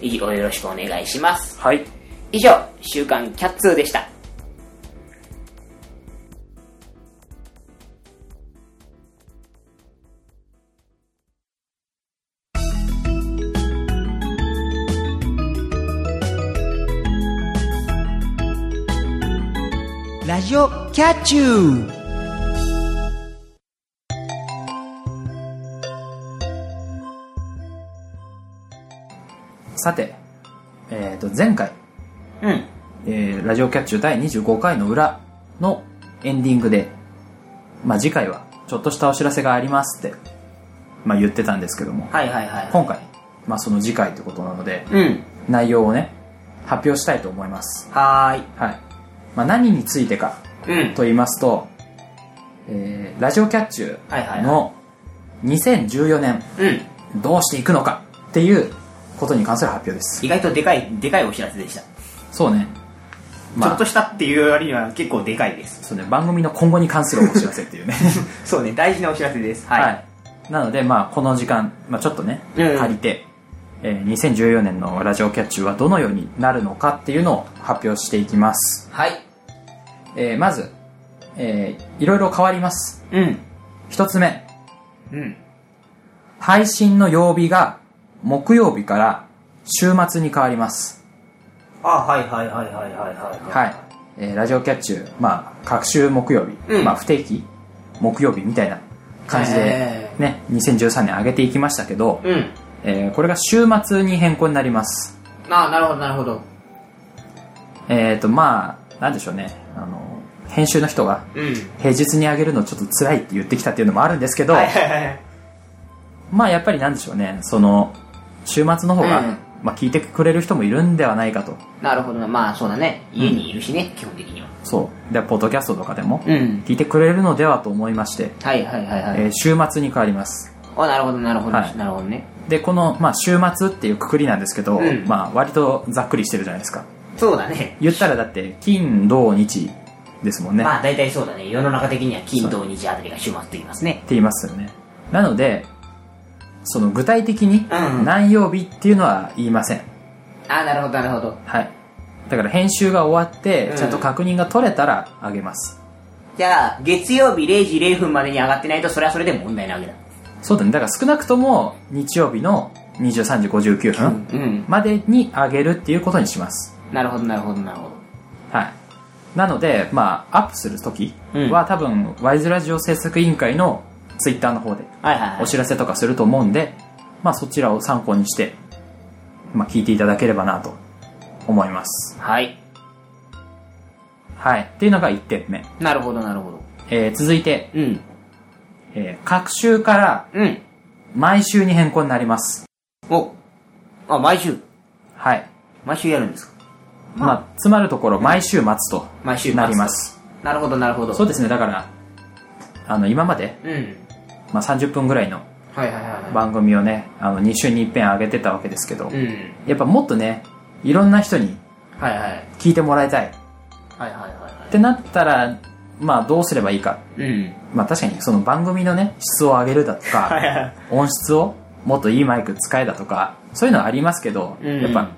[SPEAKER 2] 以上よろしくお願いします
[SPEAKER 5] はい
[SPEAKER 2] 以上週刊キャッツーでした
[SPEAKER 6] ラジオキャッチュー
[SPEAKER 5] さて、えー、と前回、
[SPEAKER 2] うん
[SPEAKER 5] えーラジオキャッチュ第25回の裏のエンディングで、まあ、次回はちょっとしたお知らせがありますって、まあ、言ってたんですけども
[SPEAKER 2] はいはいは
[SPEAKER 5] 今回、まあ、その次回ということなので
[SPEAKER 2] いうん
[SPEAKER 5] 内容をね発表したいと思います、
[SPEAKER 2] は
[SPEAKER 5] はいまあ、何についてか
[SPEAKER 2] ーいうん
[SPEAKER 5] と言いますと、えーラジオキャッチュ
[SPEAKER 2] はいはい
[SPEAKER 5] ーの2014年
[SPEAKER 2] うん
[SPEAKER 5] どうしていくのかっていうことに関する発表です
[SPEAKER 2] 意外とでかいでかいお知らせでした
[SPEAKER 5] そうね、まあ、
[SPEAKER 2] したっていう割には結構でかいです。
[SPEAKER 5] そうね、番組の今後に関するお知らせっていうね。
[SPEAKER 2] そうね、大事なお知らせです。
[SPEAKER 5] は。
[SPEAKER 2] はい
[SPEAKER 5] なので、まあ、この時間、まあ、ちょっとね、
[SPEAKER 2] うん
[SPEAKER 5] 借りて、えー2014年のラジオキャッチューはどのようになるのかっていうのを発表していきます。
[SPEAKER 2] はい。
[SPEAKER 5] えーまず、えーいろいろ変わります。
[SPEAKER 2] うん。
[SPEAKER 5] 一つ目、
[SPEAKER 2] うん。
[SPEAKER 5] 配信の曜日が木曜日から週末に変わります。
[SPEAKER 2] あ、はいはいはいはいはいは
[SPEAKER 5] はい。えーラジオキャッチュー、まあ、各週木曜日、
[SPEAKER 2] うん
[SPEAKER 5] まあ、不定期木曜日みたいな感じで
[SPEAKER 2] へ、
[SPEAKER 5] ね、2013年上げていきましたけど、
[SPEAKER 2] うん。
[SPEAKER 5] えーこれが週末に変更になります。
[SPEAKER 2] あなるほどなるほど。
[SPEAKER 5] えっ、と、まあ、なんでしょうね。あの、編集の人が
[SPEAKER 2] うん。
[SPEAKER 5] 平日に上げるのちょっと辛いって言ってきたっていうのもあるんですけど、
[SPEAKER 2] はい
[SPEAKER 5] まあやっぱりなんでしょうね。その、週末の方が、
[SPEAKER 2] うん
[SPEAKER 5] まあ聞いてくれる人もいるんではないかと。
[SPEAKER 2] なるほどな。まあそうだね。家にいるしね、基本的には。
[SPEAKER 5] そう。で、ポッドキャストとかでも、
[SPEAKER 2] うん。
[SPEAKER 5] 聞いてくれるのではと思いまして、
[SPEAKER 2] はいはいはいはい。
[SPEAKER 5] えー週末に変わります。
[SPEAKER 2] あ、なるほどなるほど。
[SPEAKER 5] はい
[SPEAKER 2] なるほどね。
[SPEAKER 5] で、この、まあ週末っていうくくりなんですけど、
[SPEAKER 2] うん
[SPEAKER 5] まあ割とざっくりしてるじゃないですか。
[SPEAKER 2] そうだね。
[SPEAKER 5] 言ったらだって、金、土、日ですもんね。
[SPEAKER 2] まあ大体そうだね。世の中的には金土日あたりが週末と言いますね
[SPEAKER 5] っ。て言いますよねなのでその具体的に
[SPEAKER 2] うん
[SPEAKER 5] 何曜日っていうのは言いません、
[SPEAKER 2] あ、なるほどなるほど。
[SPEAKER 5] はいだから編集が終わって
[SPEAKER 2] うん
[SPEAKER 5] ちゃんと確認が取れたらあげます、
[SPEAKER 2] じゃあ、月曜日0時0分までに上がってないと、それはそれで問題なわけだ。
[SPEAKER 5] そうだねだから少なくとも日曜日の23時59分
[SPEAKER 2] うん。
[SPEAKER 5] までにあげるっていうことにします
[SPEAKER 2] なるほどなるほどなるほど。
[SPEAKER 5] はいなのでまあアップする時は多分ワイズラジオ制作委員会のツイッターの方で
[SPEAKER 2] はいはいはい
[SPEAKER 5] お。知らせとかすると思うんで、まあそちらを参考にして、まあ聞いていただければなと思います。
[SPEAKER 2] はい。
[SPEAKER 5] はい。っていうのが1点目。
[SPEAKER 2] なるほど、なるほど。
[SPEAKER 5] えー続いて、
[SPEAKER 2] うん。
[SPEAKER 5] えー各週から
[SPEAKER 2] うん。
[SPEAKER 5] 毎週に変更になります。
[SPEAKER 2] お。あ、毎週。
[SPEAKER 5] はい。
[SPEAKER 2] 毎週やるんですか
[SPEAKER 5] まあ、つまるところ毎週末と
[SPEAKER 2] 毎週末
[SPEAKER 5] なります。
[SPEAKER 2] なるほど、なるほど。
[SPEAKER 5] そうですね、だから、あの、今まで、
[SPEAKER 2] うん。
[SPEAKER 5] まあ、30分ぐらいの
[SPEAKER 2] はいはいはいは
[SPEAKER 5] 番組をねあの2週に一遍上げてたわけですけど、
[SPEAKER 2] いうん
[SPEAKER 5] やっぱもっとねいろんな人に
[SPEAKER 2] はいはい
[SPEAKER 5] 聞いてもらいたいっ
[SPEAKER 2] はいはいは
[SPEAKER 5] てなったらまあどうすればいいか
[SPEAKER 2] いはいうん
[SPEAKER 5] まあ確かにその番組のね質を上げるだとか、
[SPEAKER 2] はいはい
[SPEAKER 5] 音質をもっといいマイク使えだとかそういうのはありますけど、
[SPEAKER 2] うん
[SPEAKER 5] やっぱ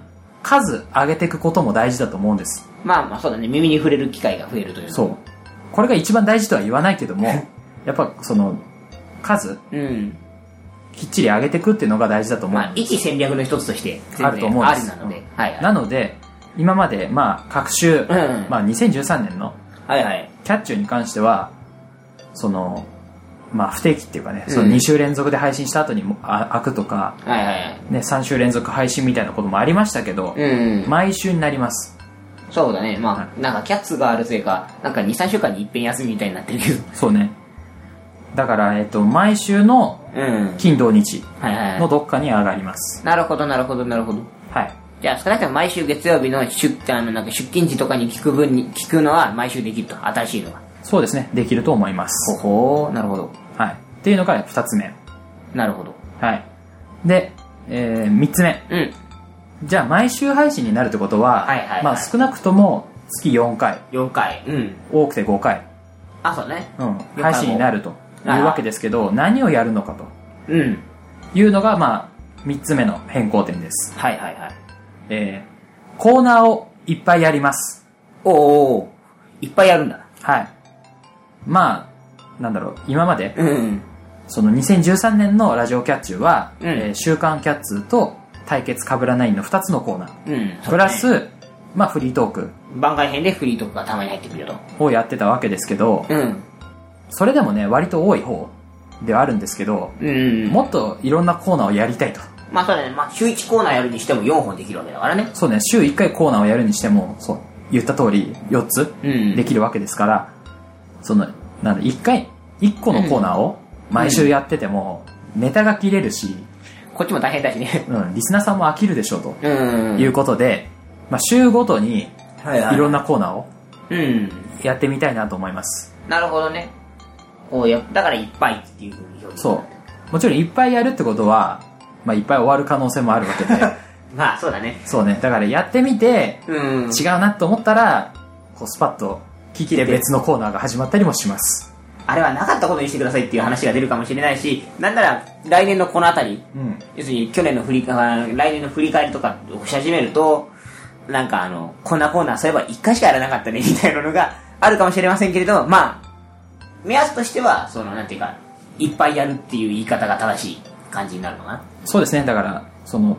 [SPEAKER 5] 数上げていくことも大事だと思うんです
[SPEAKER 2] まあまあそうだね耳に触れる機会が増えるという
[SPEAKER 5] そうこれが一番大事とは言わないけど もやっぱその数
[SPEAKER 2] ううん
[SPEAKER 5] きっちり上げていくっていうのが大事だと思う
[SPEAKER 2] まあ一戦略の一つとして
[SPEAKER 5] あると思うん
[SPEAKER 2] あ
[SPEAKER 5] で
[SPEAKER 2] り
[SPEAKER 5] す
[SPEAKER 2] なのではいはい
[SPEAKER 5] なので今までまあ各週、
[SPEAKER 2] ん
[SPEAKER 5] まあ、2013年の
[SPEAKER 2] はいはい
[SPEAKER 5] キャッチューに関してはそのまあ不定期っていうかね、そうの
[SPEAKER 2] ん
[SPEAKER 5] 2週連続で配信した後にもあ開くとか、
[SPEAKER 2] はいはい
[SPEAKER 5] ね、3週連続配信みたいなこともありましたけど、
[SPEAKER 2] うん
[SPEAKER 5] 毎週になります
[SPEAKER 2] そうだねま
[SPEAKER 5] は
[SPEAKER 2] あなんかキャッツがあるせいかなんか23週間に一遍休みみたいになってるけど
[SPEAKER 5] そうねだから、えっと、毎週の
[SPEAKER 2] うん
[SPEAKER 5] 金土日
[SPEAKER 2] はいはい
[SPEAKER 5] のどっかに上がります
[SPEAKER 2] なるほどなるほどなるほど
[SPEAKER 5] はい
[SPEAKER 2] じゃあ少なくとも毎週月曜日の出あのなんか出勤時とかに聞く分に聞くのは毎週できると新しいのが
[SPEAKER 5] そうですねできると思います、
[SPEAKER 2] ほうなるほど
[SPEAKER 5] はい、っていうのが2つ目
[SPEAKER 2] なるほど
[SPEAKER 5] はいで、え3つ目
[SPEAKER 2] うん
[SPEAKER 5] じゃあ毎週配信になるってことは、
[SPEAKER 2] はいはいはい
[SPEAKER 5] まあ、少なくとも月4回
[SPEAKER 2] 4回うん
[SPEAKER 5] 多くて5回、
[SPEAKER 2] あそうね
[SPEAKER 5] うん、配信になるというわけですけど何をやるのか
[SPEAKER 2] うん
[SPEAKER 5] というのが、まあ、3つ目の変更点です、
[SPEAKER 2] はいはいはい
[SPEAKER 5] えーコーナーをいっぱいやります
[SPEAKER 2] おーおーおーいっぱいやるんだ
[SPEAKER 5] はいまあなんだろう今まで
[SPEAKER 2] うん
[SPEAKER 5] その2013年のラジオキャッチューは、
[SPEAKER 2] うん
[SPEAKER 5] えー週刊キャッツーと対決かぶらないの2つのコーナー
[SPEAKER 2] うん
[SPEAKER 5] プラス、まあ、フリートーク
[SPEAKER 2] 番外編でフリートークがたまに入ってくると
[SPEAKER 5] をやってたわけですけど、
[SPEAKER 2] うん
[SPEAKER 5] それでもね割と多い方ではあるんですけど、
[SPEAKER 2] うん
[SPEAKER 5] もっといろんなコーナーをやりたいと
[SPEAKER 2] まあそうだねまあ週1コーナーやるにしても4本できるわけだからね
[SPEAKER 5] そうね週1回コーナーをやるにしてもそう言った通り4つ
[SPEAKER 2] うん
[SPEAKER 5] できるわけですから、そのなんだ1回1個のコーナーを毎週やってても、ネタが切れるし、
[SPEAKER 2] こっちも大変だしね
[SPEAKER 5] うん、リスナーさんも飽きるでしょうと
[SPEAKER 2] うん
[SPEAKER 5] いうことで、まあ、週ごとに
[SPEAKER 2] はい
[SPEAKER 5] いろんなコーナーを
[SPEAKER 2] うん
[SPEAKER 5] やってみたいなと思います
[SPEAKER 2] なるほどねこうやだからいっぱいっていうふうに表現
[SPEAKER 5] そうもちろんいっぱいやるってことは、まあ、いっぱい終わる可能性もあるわ けで
[SPEAKER 2] まあそうだね
[SPEAKER 5] そうねだからやってみて
[SPEAKER 2] うん
[SPEAKER 5] 違うなと思ったらこうスパッと聞きで別のコーナーが始まったりもします
[SPEAKER 2] あれはなかったことにしてくださいっていう話が出るかもしれないしなんなら来年のこの辺り
[SPEAKER 5] うん
[SPEAKER 2] 要するに去年の振り返り来年の振り返りとかをし始めるとなんかあのこんなコーナーそういえば1回しかやらなかったねみたいなのがあるかもしれませんけれどまあ目安としてはそのなんていうかいっぱいやるっていう言い方が正しい感じになるのかな
[SPEAKER 5] そうですねだからその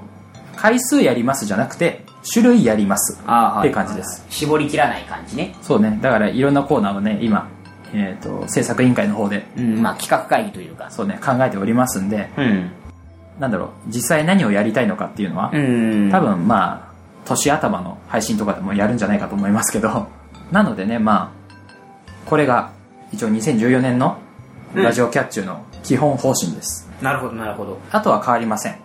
[SPEAKER 5] 回数やりますじゃなくて種類やります
[SPEAKER 2] あ
[SPEAKER 5] って感じです
[SPEAKER 2] 絞りきらない感じね
[SPEAKER 5] そうねだからいろんなコーナーをね今、えー、と制作委員会の方で
[SPEAKER 2] うんまあ企画会議というか
[SPEAKER 5] そうね考えておりますんで
[SPEAKER 2] うん
[SPEAKER 5] なんだろう実際何をやりたいのかっていうのは、
[SPEAKER 2] うん
[SPEAKER 5] 多分まあ年頭の配信とかでもやるんじゃないかと思いますけど なのでねまあこれが一応2014年のラジオキャッチューの基本方針です、
[SPEAKER 2] なるほどなるほど
[SPEAKER 5] あとは変わりません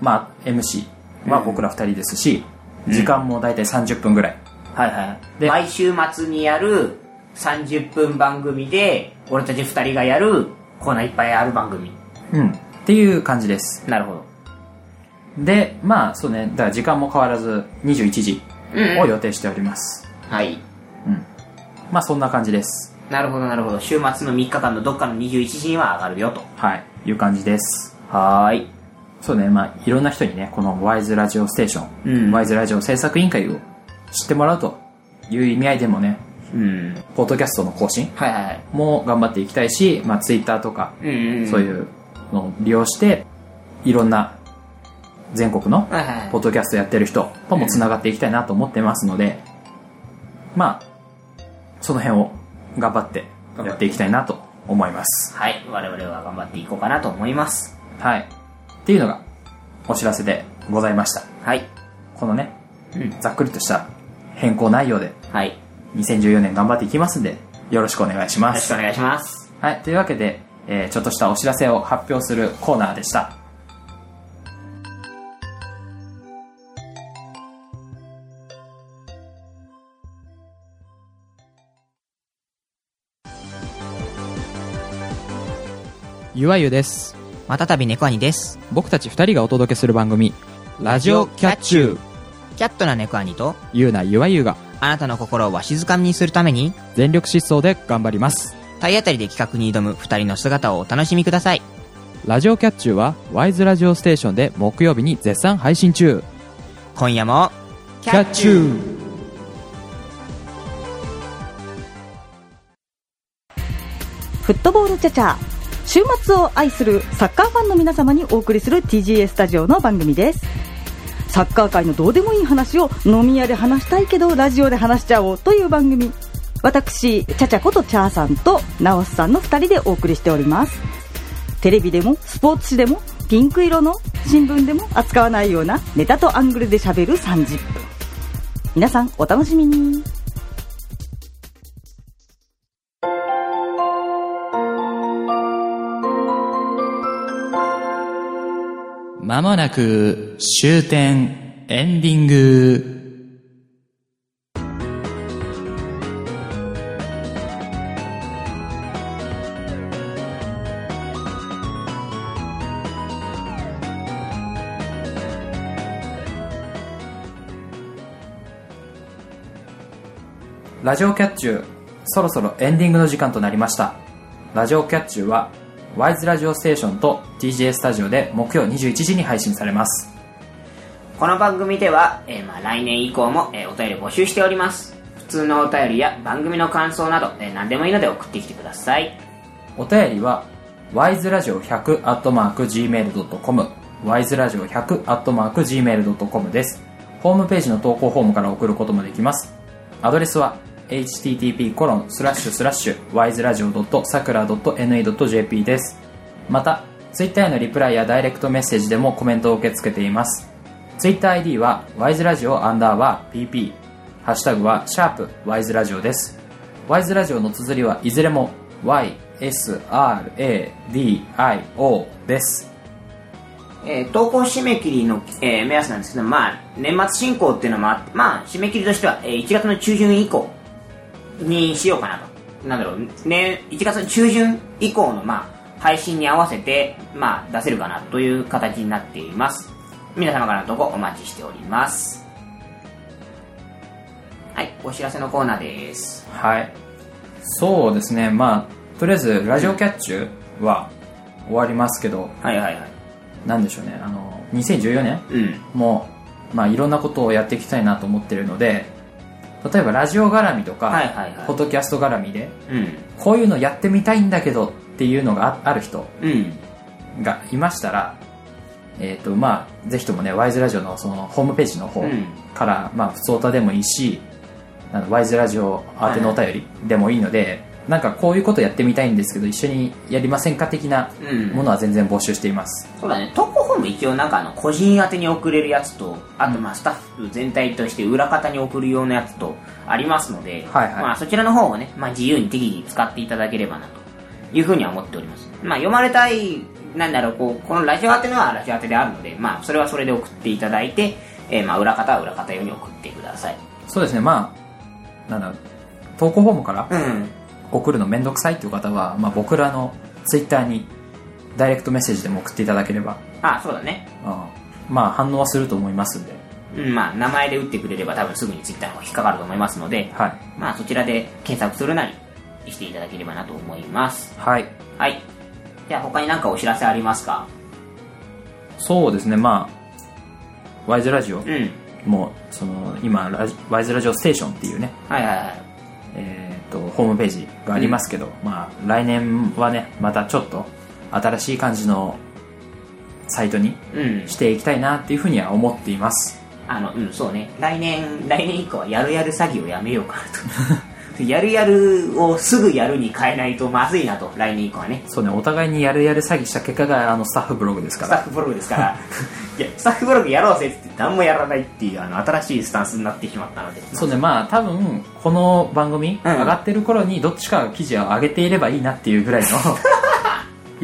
[SPEAKER 5] まあ MC は僕ら2人ですし、時間も大体30分ぐらい、
[SPEAKER 2] はいは
[SPEAKER 5] で
[SPEAKER 2] 毎週末にやる30分番組で俺たち2人がやるコーナーいっぱいある番組
[SPEAKER 5] うん、っていう感じです
[SPEAKER 2] なるほど
[SPEAKER 5] でまあそうねだから時間も変わらず21時を予定しております、
[SPEAKER 2] はい
[SPEAKER 5] まあそんな感じです
[SPEAKER 2] なるほどなるほど週末の3日間のどっかの21時には上がるよと
[SPEAKER 5] はいいう感じです
[SPEAKER 2] はーい
[SPEAKER 5] そうね、まあ、いろんな人にね、このワイズラジオステーション、
[SPEAKER 2] うん
[SPEAKER 5] ワイズラジオ制作委員会を知ってもらうという意味合いでもね、
[SPEAKER 2] うん
[SPEAKER 5] ポッドキャストの更新
[SPEAKER 2] はいはいはい
[SPEAKER 5] も頑張っていきたいし、まあ、ツイッターとか、
[SPEAKER 2] うんうん
[SPEAKER 5] そういうのを利用して、いろんな全国の
[SPEAKER 2] はいはい
[SPEAKER 5] ポッドキャストやってる人ともつながっていきたいなと思ってますので、まあ、その辺を頑張ってやっていきたいなと思います。
[SPEAKER 2] はい我々は頑張っていこうかなと思います
[SPEAKER 5] はい。っていうのがお知らせでございました。
[SPEAKER 2] はい
[SPEAKER 5] このね、
[SPEAKER 2] うん
[SPEAKER 5] ざっくりとした変更内容で
[SPEAKER 2] はいよ
[SPEAKER 5] 2014年頑張っていきますんでよろしくお願いしま
[SPEAKER 2] ろし
[SPEAKER 5] す
[SPEAKER 2] くお願いします
[SPEAKER 5] はいというわけで、えーちょっとしたお知らせを発表するコーナーでした
[SPEAKER 3] ゆわゆです
[SPEAKER 7] またたび猫兄です。
[SPEAKER 3] 僕たち2人がお届けする番組「ラジオキャッチュー
[SPEAKER 7] キャットな猫兄と、」
[SPEAKER 3] ゆうなゆわゆが
[SPEAKER 7] あなたの心をわしづかみにするために、
[SPEAKER 3] 全力疾走で頑張ります
[SPEAKER 7] 体当たりで企画に挑む二人の姿をお楽しみください。
[SPEAKER 3] ラジオキャッチューはワイズラジオステーションで木曜日に絶賛配信中
[SPEAKER 7] 今夜も、キ
[SPEAKER 3] ュー
[SPEAKER 8] フットボールチャチャ週末を愛するサッカーファンの皆様にお送りする TGA スタジオの番組ですサッカー界のどうでもいい話を飲み屋で話したいけどラジオで話しちゃおうという番組私チャチャことチャーさんとナオスさんの2人でお送りしておりますテレビでもスポーツ紙でもピンク色の新聞でも扱わないようなネタとアングルで喋る30分皆さんお楽しみに
[SPEAKER 3] まもなく終点エンディング
[SPEAKER 5] ラジオキャッチューそろそろエンディングの時間となりましたラジオキャッチューはワイズラジオステーションと TGA スタジオで木曜21時に配信されます
[SPEAKER 2] この番組では、えーまあ、来年以降も、えーお便り募集しております普通のお便りや番組の感想など、えー何でもいいので送ってきてください
[SPEAKER 5] お便りは wiseradio100.gmail.com wiseradio100.gmail.com ですホームページの投稿フォームから送ることもできますアドレスは http://wiseradio.sakura.ne.jp ですまた Twitter へのリプライやダイレクトメッセージでもコメントを受け付けています TwitterID は wiseradio アンダーバー pp ハッシュタグはシャープ wise ラジオです。wise ラジオの綴りはいずれも ysradio です。
[SPEAKER 2] えー投稿締め切りの、えー目安なんですけど、まあ、年末進行っていうのもあって、まあ、締め切りとしては、えー1月の中旬以降にしようかなと。なんだろう、ね、1月の中旬以降の、まあ、配信に合わせて、まあ、出せるかなという形になっています。皆様からの投稿お待ちしております。はい、お知らせのコーナーです。
[SPEAKER 5] はい。そうですね、まあ、とりあえず、ラジオキャッチュは終わりますけど、
[SPEAKER 2] はいはいはい。
[SPEAKER 5] なんでしょうね、あの、2014年
[SPEAKER 2] うん。
[SPEAKER 5] も、まあ、いろんなことをやっていきたいなと思ってるので、例えばラジオ絡みとか、
[SPEAKER 2] はいはいはい
[SPEAKER 5] ポッドキャスト絡みで、
[SPEAKER 2] うん。
[SPEAKER 5] こういうのやってみたいんだけどっていうのがあある人
[SPEAKER 2] うん。
[SPEAKER 5] がいましたら、えっとまあ、ぜひともねワイズラジオのそのホームページの方
[SPEAKER 2] うん
[SPEAKER 5] から、まあ、普通歌でもいいしあのワイズラジオ宛てのお便りでもいいので、なんかこういうことやってみたいんですけど一緒にやりませんか的な
[SPEAKER 2] うん
[SPEAKER 5] ものは全然募集しています、
[SPEAKER 2] そうだね、投稿フォーム一応なんかあの個人宛てに送れるやつと、あとまあスタッフ全体として裏方に送るようなやつとありますので、
[SPEAKER 5] はいはい
[SPEAKER 2] まあそちらの方をね、まあ自由に適宜使っていただければなというふうには思っております。まあ読まれたい、なんだろう、こう、このラジオ宛てのはラジオ宛てであるので、まあそれはそれで送っていただいて、えーまあ裏方は裏方用に送ってください。
[SPEAKER 5] そうですねまあなんだろう投稿フォームから
[SPEAKER 2] うん。
[SPEAKER 5] 送るのめんどくさいっていう方は、まあ、僕らのツイッターにダイレクトメッセージでも送っていただければ、
[SPEAKER 2] あ、そうだね。
[SPEAKER 5] うんまあ反応はすると思いますんで
[SPEAKER 2] うん、まあ名前で打ってくれれば多分すぐにツイッターの方引っかかると思いますので、
[SPEAKER 5] はい
[SPEAKER 2] まあそちらで検索するなりしていただければなと思います。
[SPEAKER 5] はい
[SPEAKER 2] はい。じゃあ他に何かお知らせありますか
[SPEAKER 5] そうですねまあワイズラジオ
[SPEAKER 2] うん。
[SPEAKER 5] もその今ラジワイズラジオステーションっていうね、
[SPEAKER 2] はいはいはい。
[SPEAKER 5] えー、とホームページがありますけど、まあ来年はねまたちょっと新しい感じのサイトに
[SPEAKER 2] うん
[SPEAKER 5] し。ていきたいなっていうふうには思っています
[SPEAKER 2] あの、うん、そうね。来年、来年以降はやるやる詐欺をやめようかな と。やるやるをすぐやるに変えないとまずいなと、来年以降はね。
[SPEAKER 5] そうねお互いにやるやる詐欺した結果があのスタッフブログですか
[SPEAKER 2] スタ
[SPEAKER 5] ら
[SPEAKER 2] ッフブログです から、いや、スタッフブログやろうぜって言って何もやらないっていう、あの、新しいスタンスになってしまったので。
[SPEAKER 5] そうねまあ多分この番組上がってる頃にどっちかが記事を上げていればいいなっていうぐらいの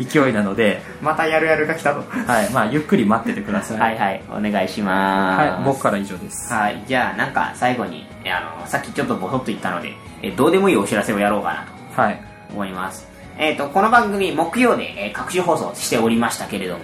[SPEAKER 5] 勢いなので、
[SPEAKER 2] またやるやるが来たと。
[SPEAKER 5] はいまあ、ゆっくり待っててください
[SPEAKER 2] はいはい、お願いします。
[SPEAKER 5] はい、僕から以上です。
[SPEAKER 2] はい、じゃあなんか最後に、えあの、さっきちょっとボソッと言ったので、えどうでもいいお知らせをやろうかなと
[SPEAKER 5] はい。
[SPEAKER 2] 思います。えっ、と、この番組、木曜で、えー各種放送しておりましたけれども、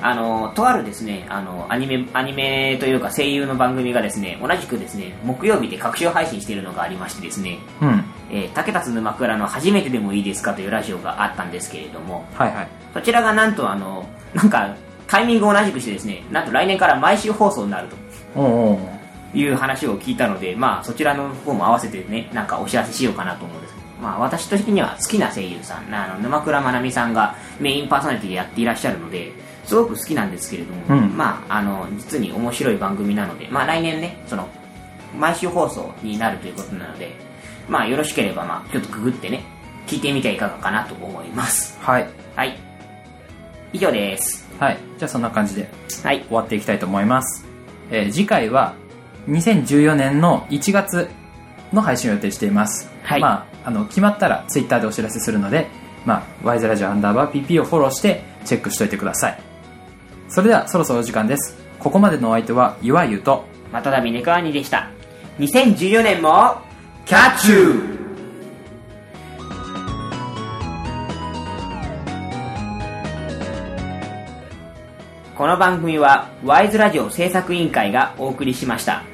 [SPEAKER 2] あの、とあるですね、あの、アニメ、アニメというか声優の番組がですね、同じくですね、木曜日で各種配信しているのがありましてですね、
[SPEAKER 5] うん
[SPEAKER 2] えー、竹田津沼倉の初めてでもいいですかというラジオがあったんですけれども、
[SPEAKER 5] はいはい
[SPEAKER 2] そちらがなんとあの、なんか、タイミングを同じくしてですね、なんと来年から毎週放送になると
[SPEAKER 5] おうおう
[SPEAKER 2] いう話を聞いたので、まあそちらの方も合わせてね、なんかお知らせしようかなと思うんですけど、まあ私的には好きな声優さん、あの、沼倉まなみさんがメインパーソナリティでやっていらっしゃるので、すごく好きなんですけれども、
[SPEAKER 5] うん
[SPEAKER 2] まああの、実に面白い番組なので、まあ来年ね、その、毎週放送になるということなので、まあよろしければまあちょっとググってね、聞いてみてはいかがかなと思います。
[SPEAKER 5] はい
[SPEAKER 2] はい。以上です。
[SPEAKER 5] はいじゃあそんな感じで
[SPEAKER 2] はい。
[SPEAKER 5] 終わっていきたいと思います、えー次回は2014年の1月の配信を予定しています、
[SPEAKER 2] はい
[SPEAKER 5] まあ、あの決まったらツイッターでお知らせするので、まあ、ワイズラジオアンダーバー PP をフォローしてチェックしといてくださいそれではそろそろお時間ですここまでのお相手はいわゆうと
[SPEAKER 2] またたびネクアニでした。2014年も、キャッチューこの番組は、ワイズラジオ制作委員会がお送りしました。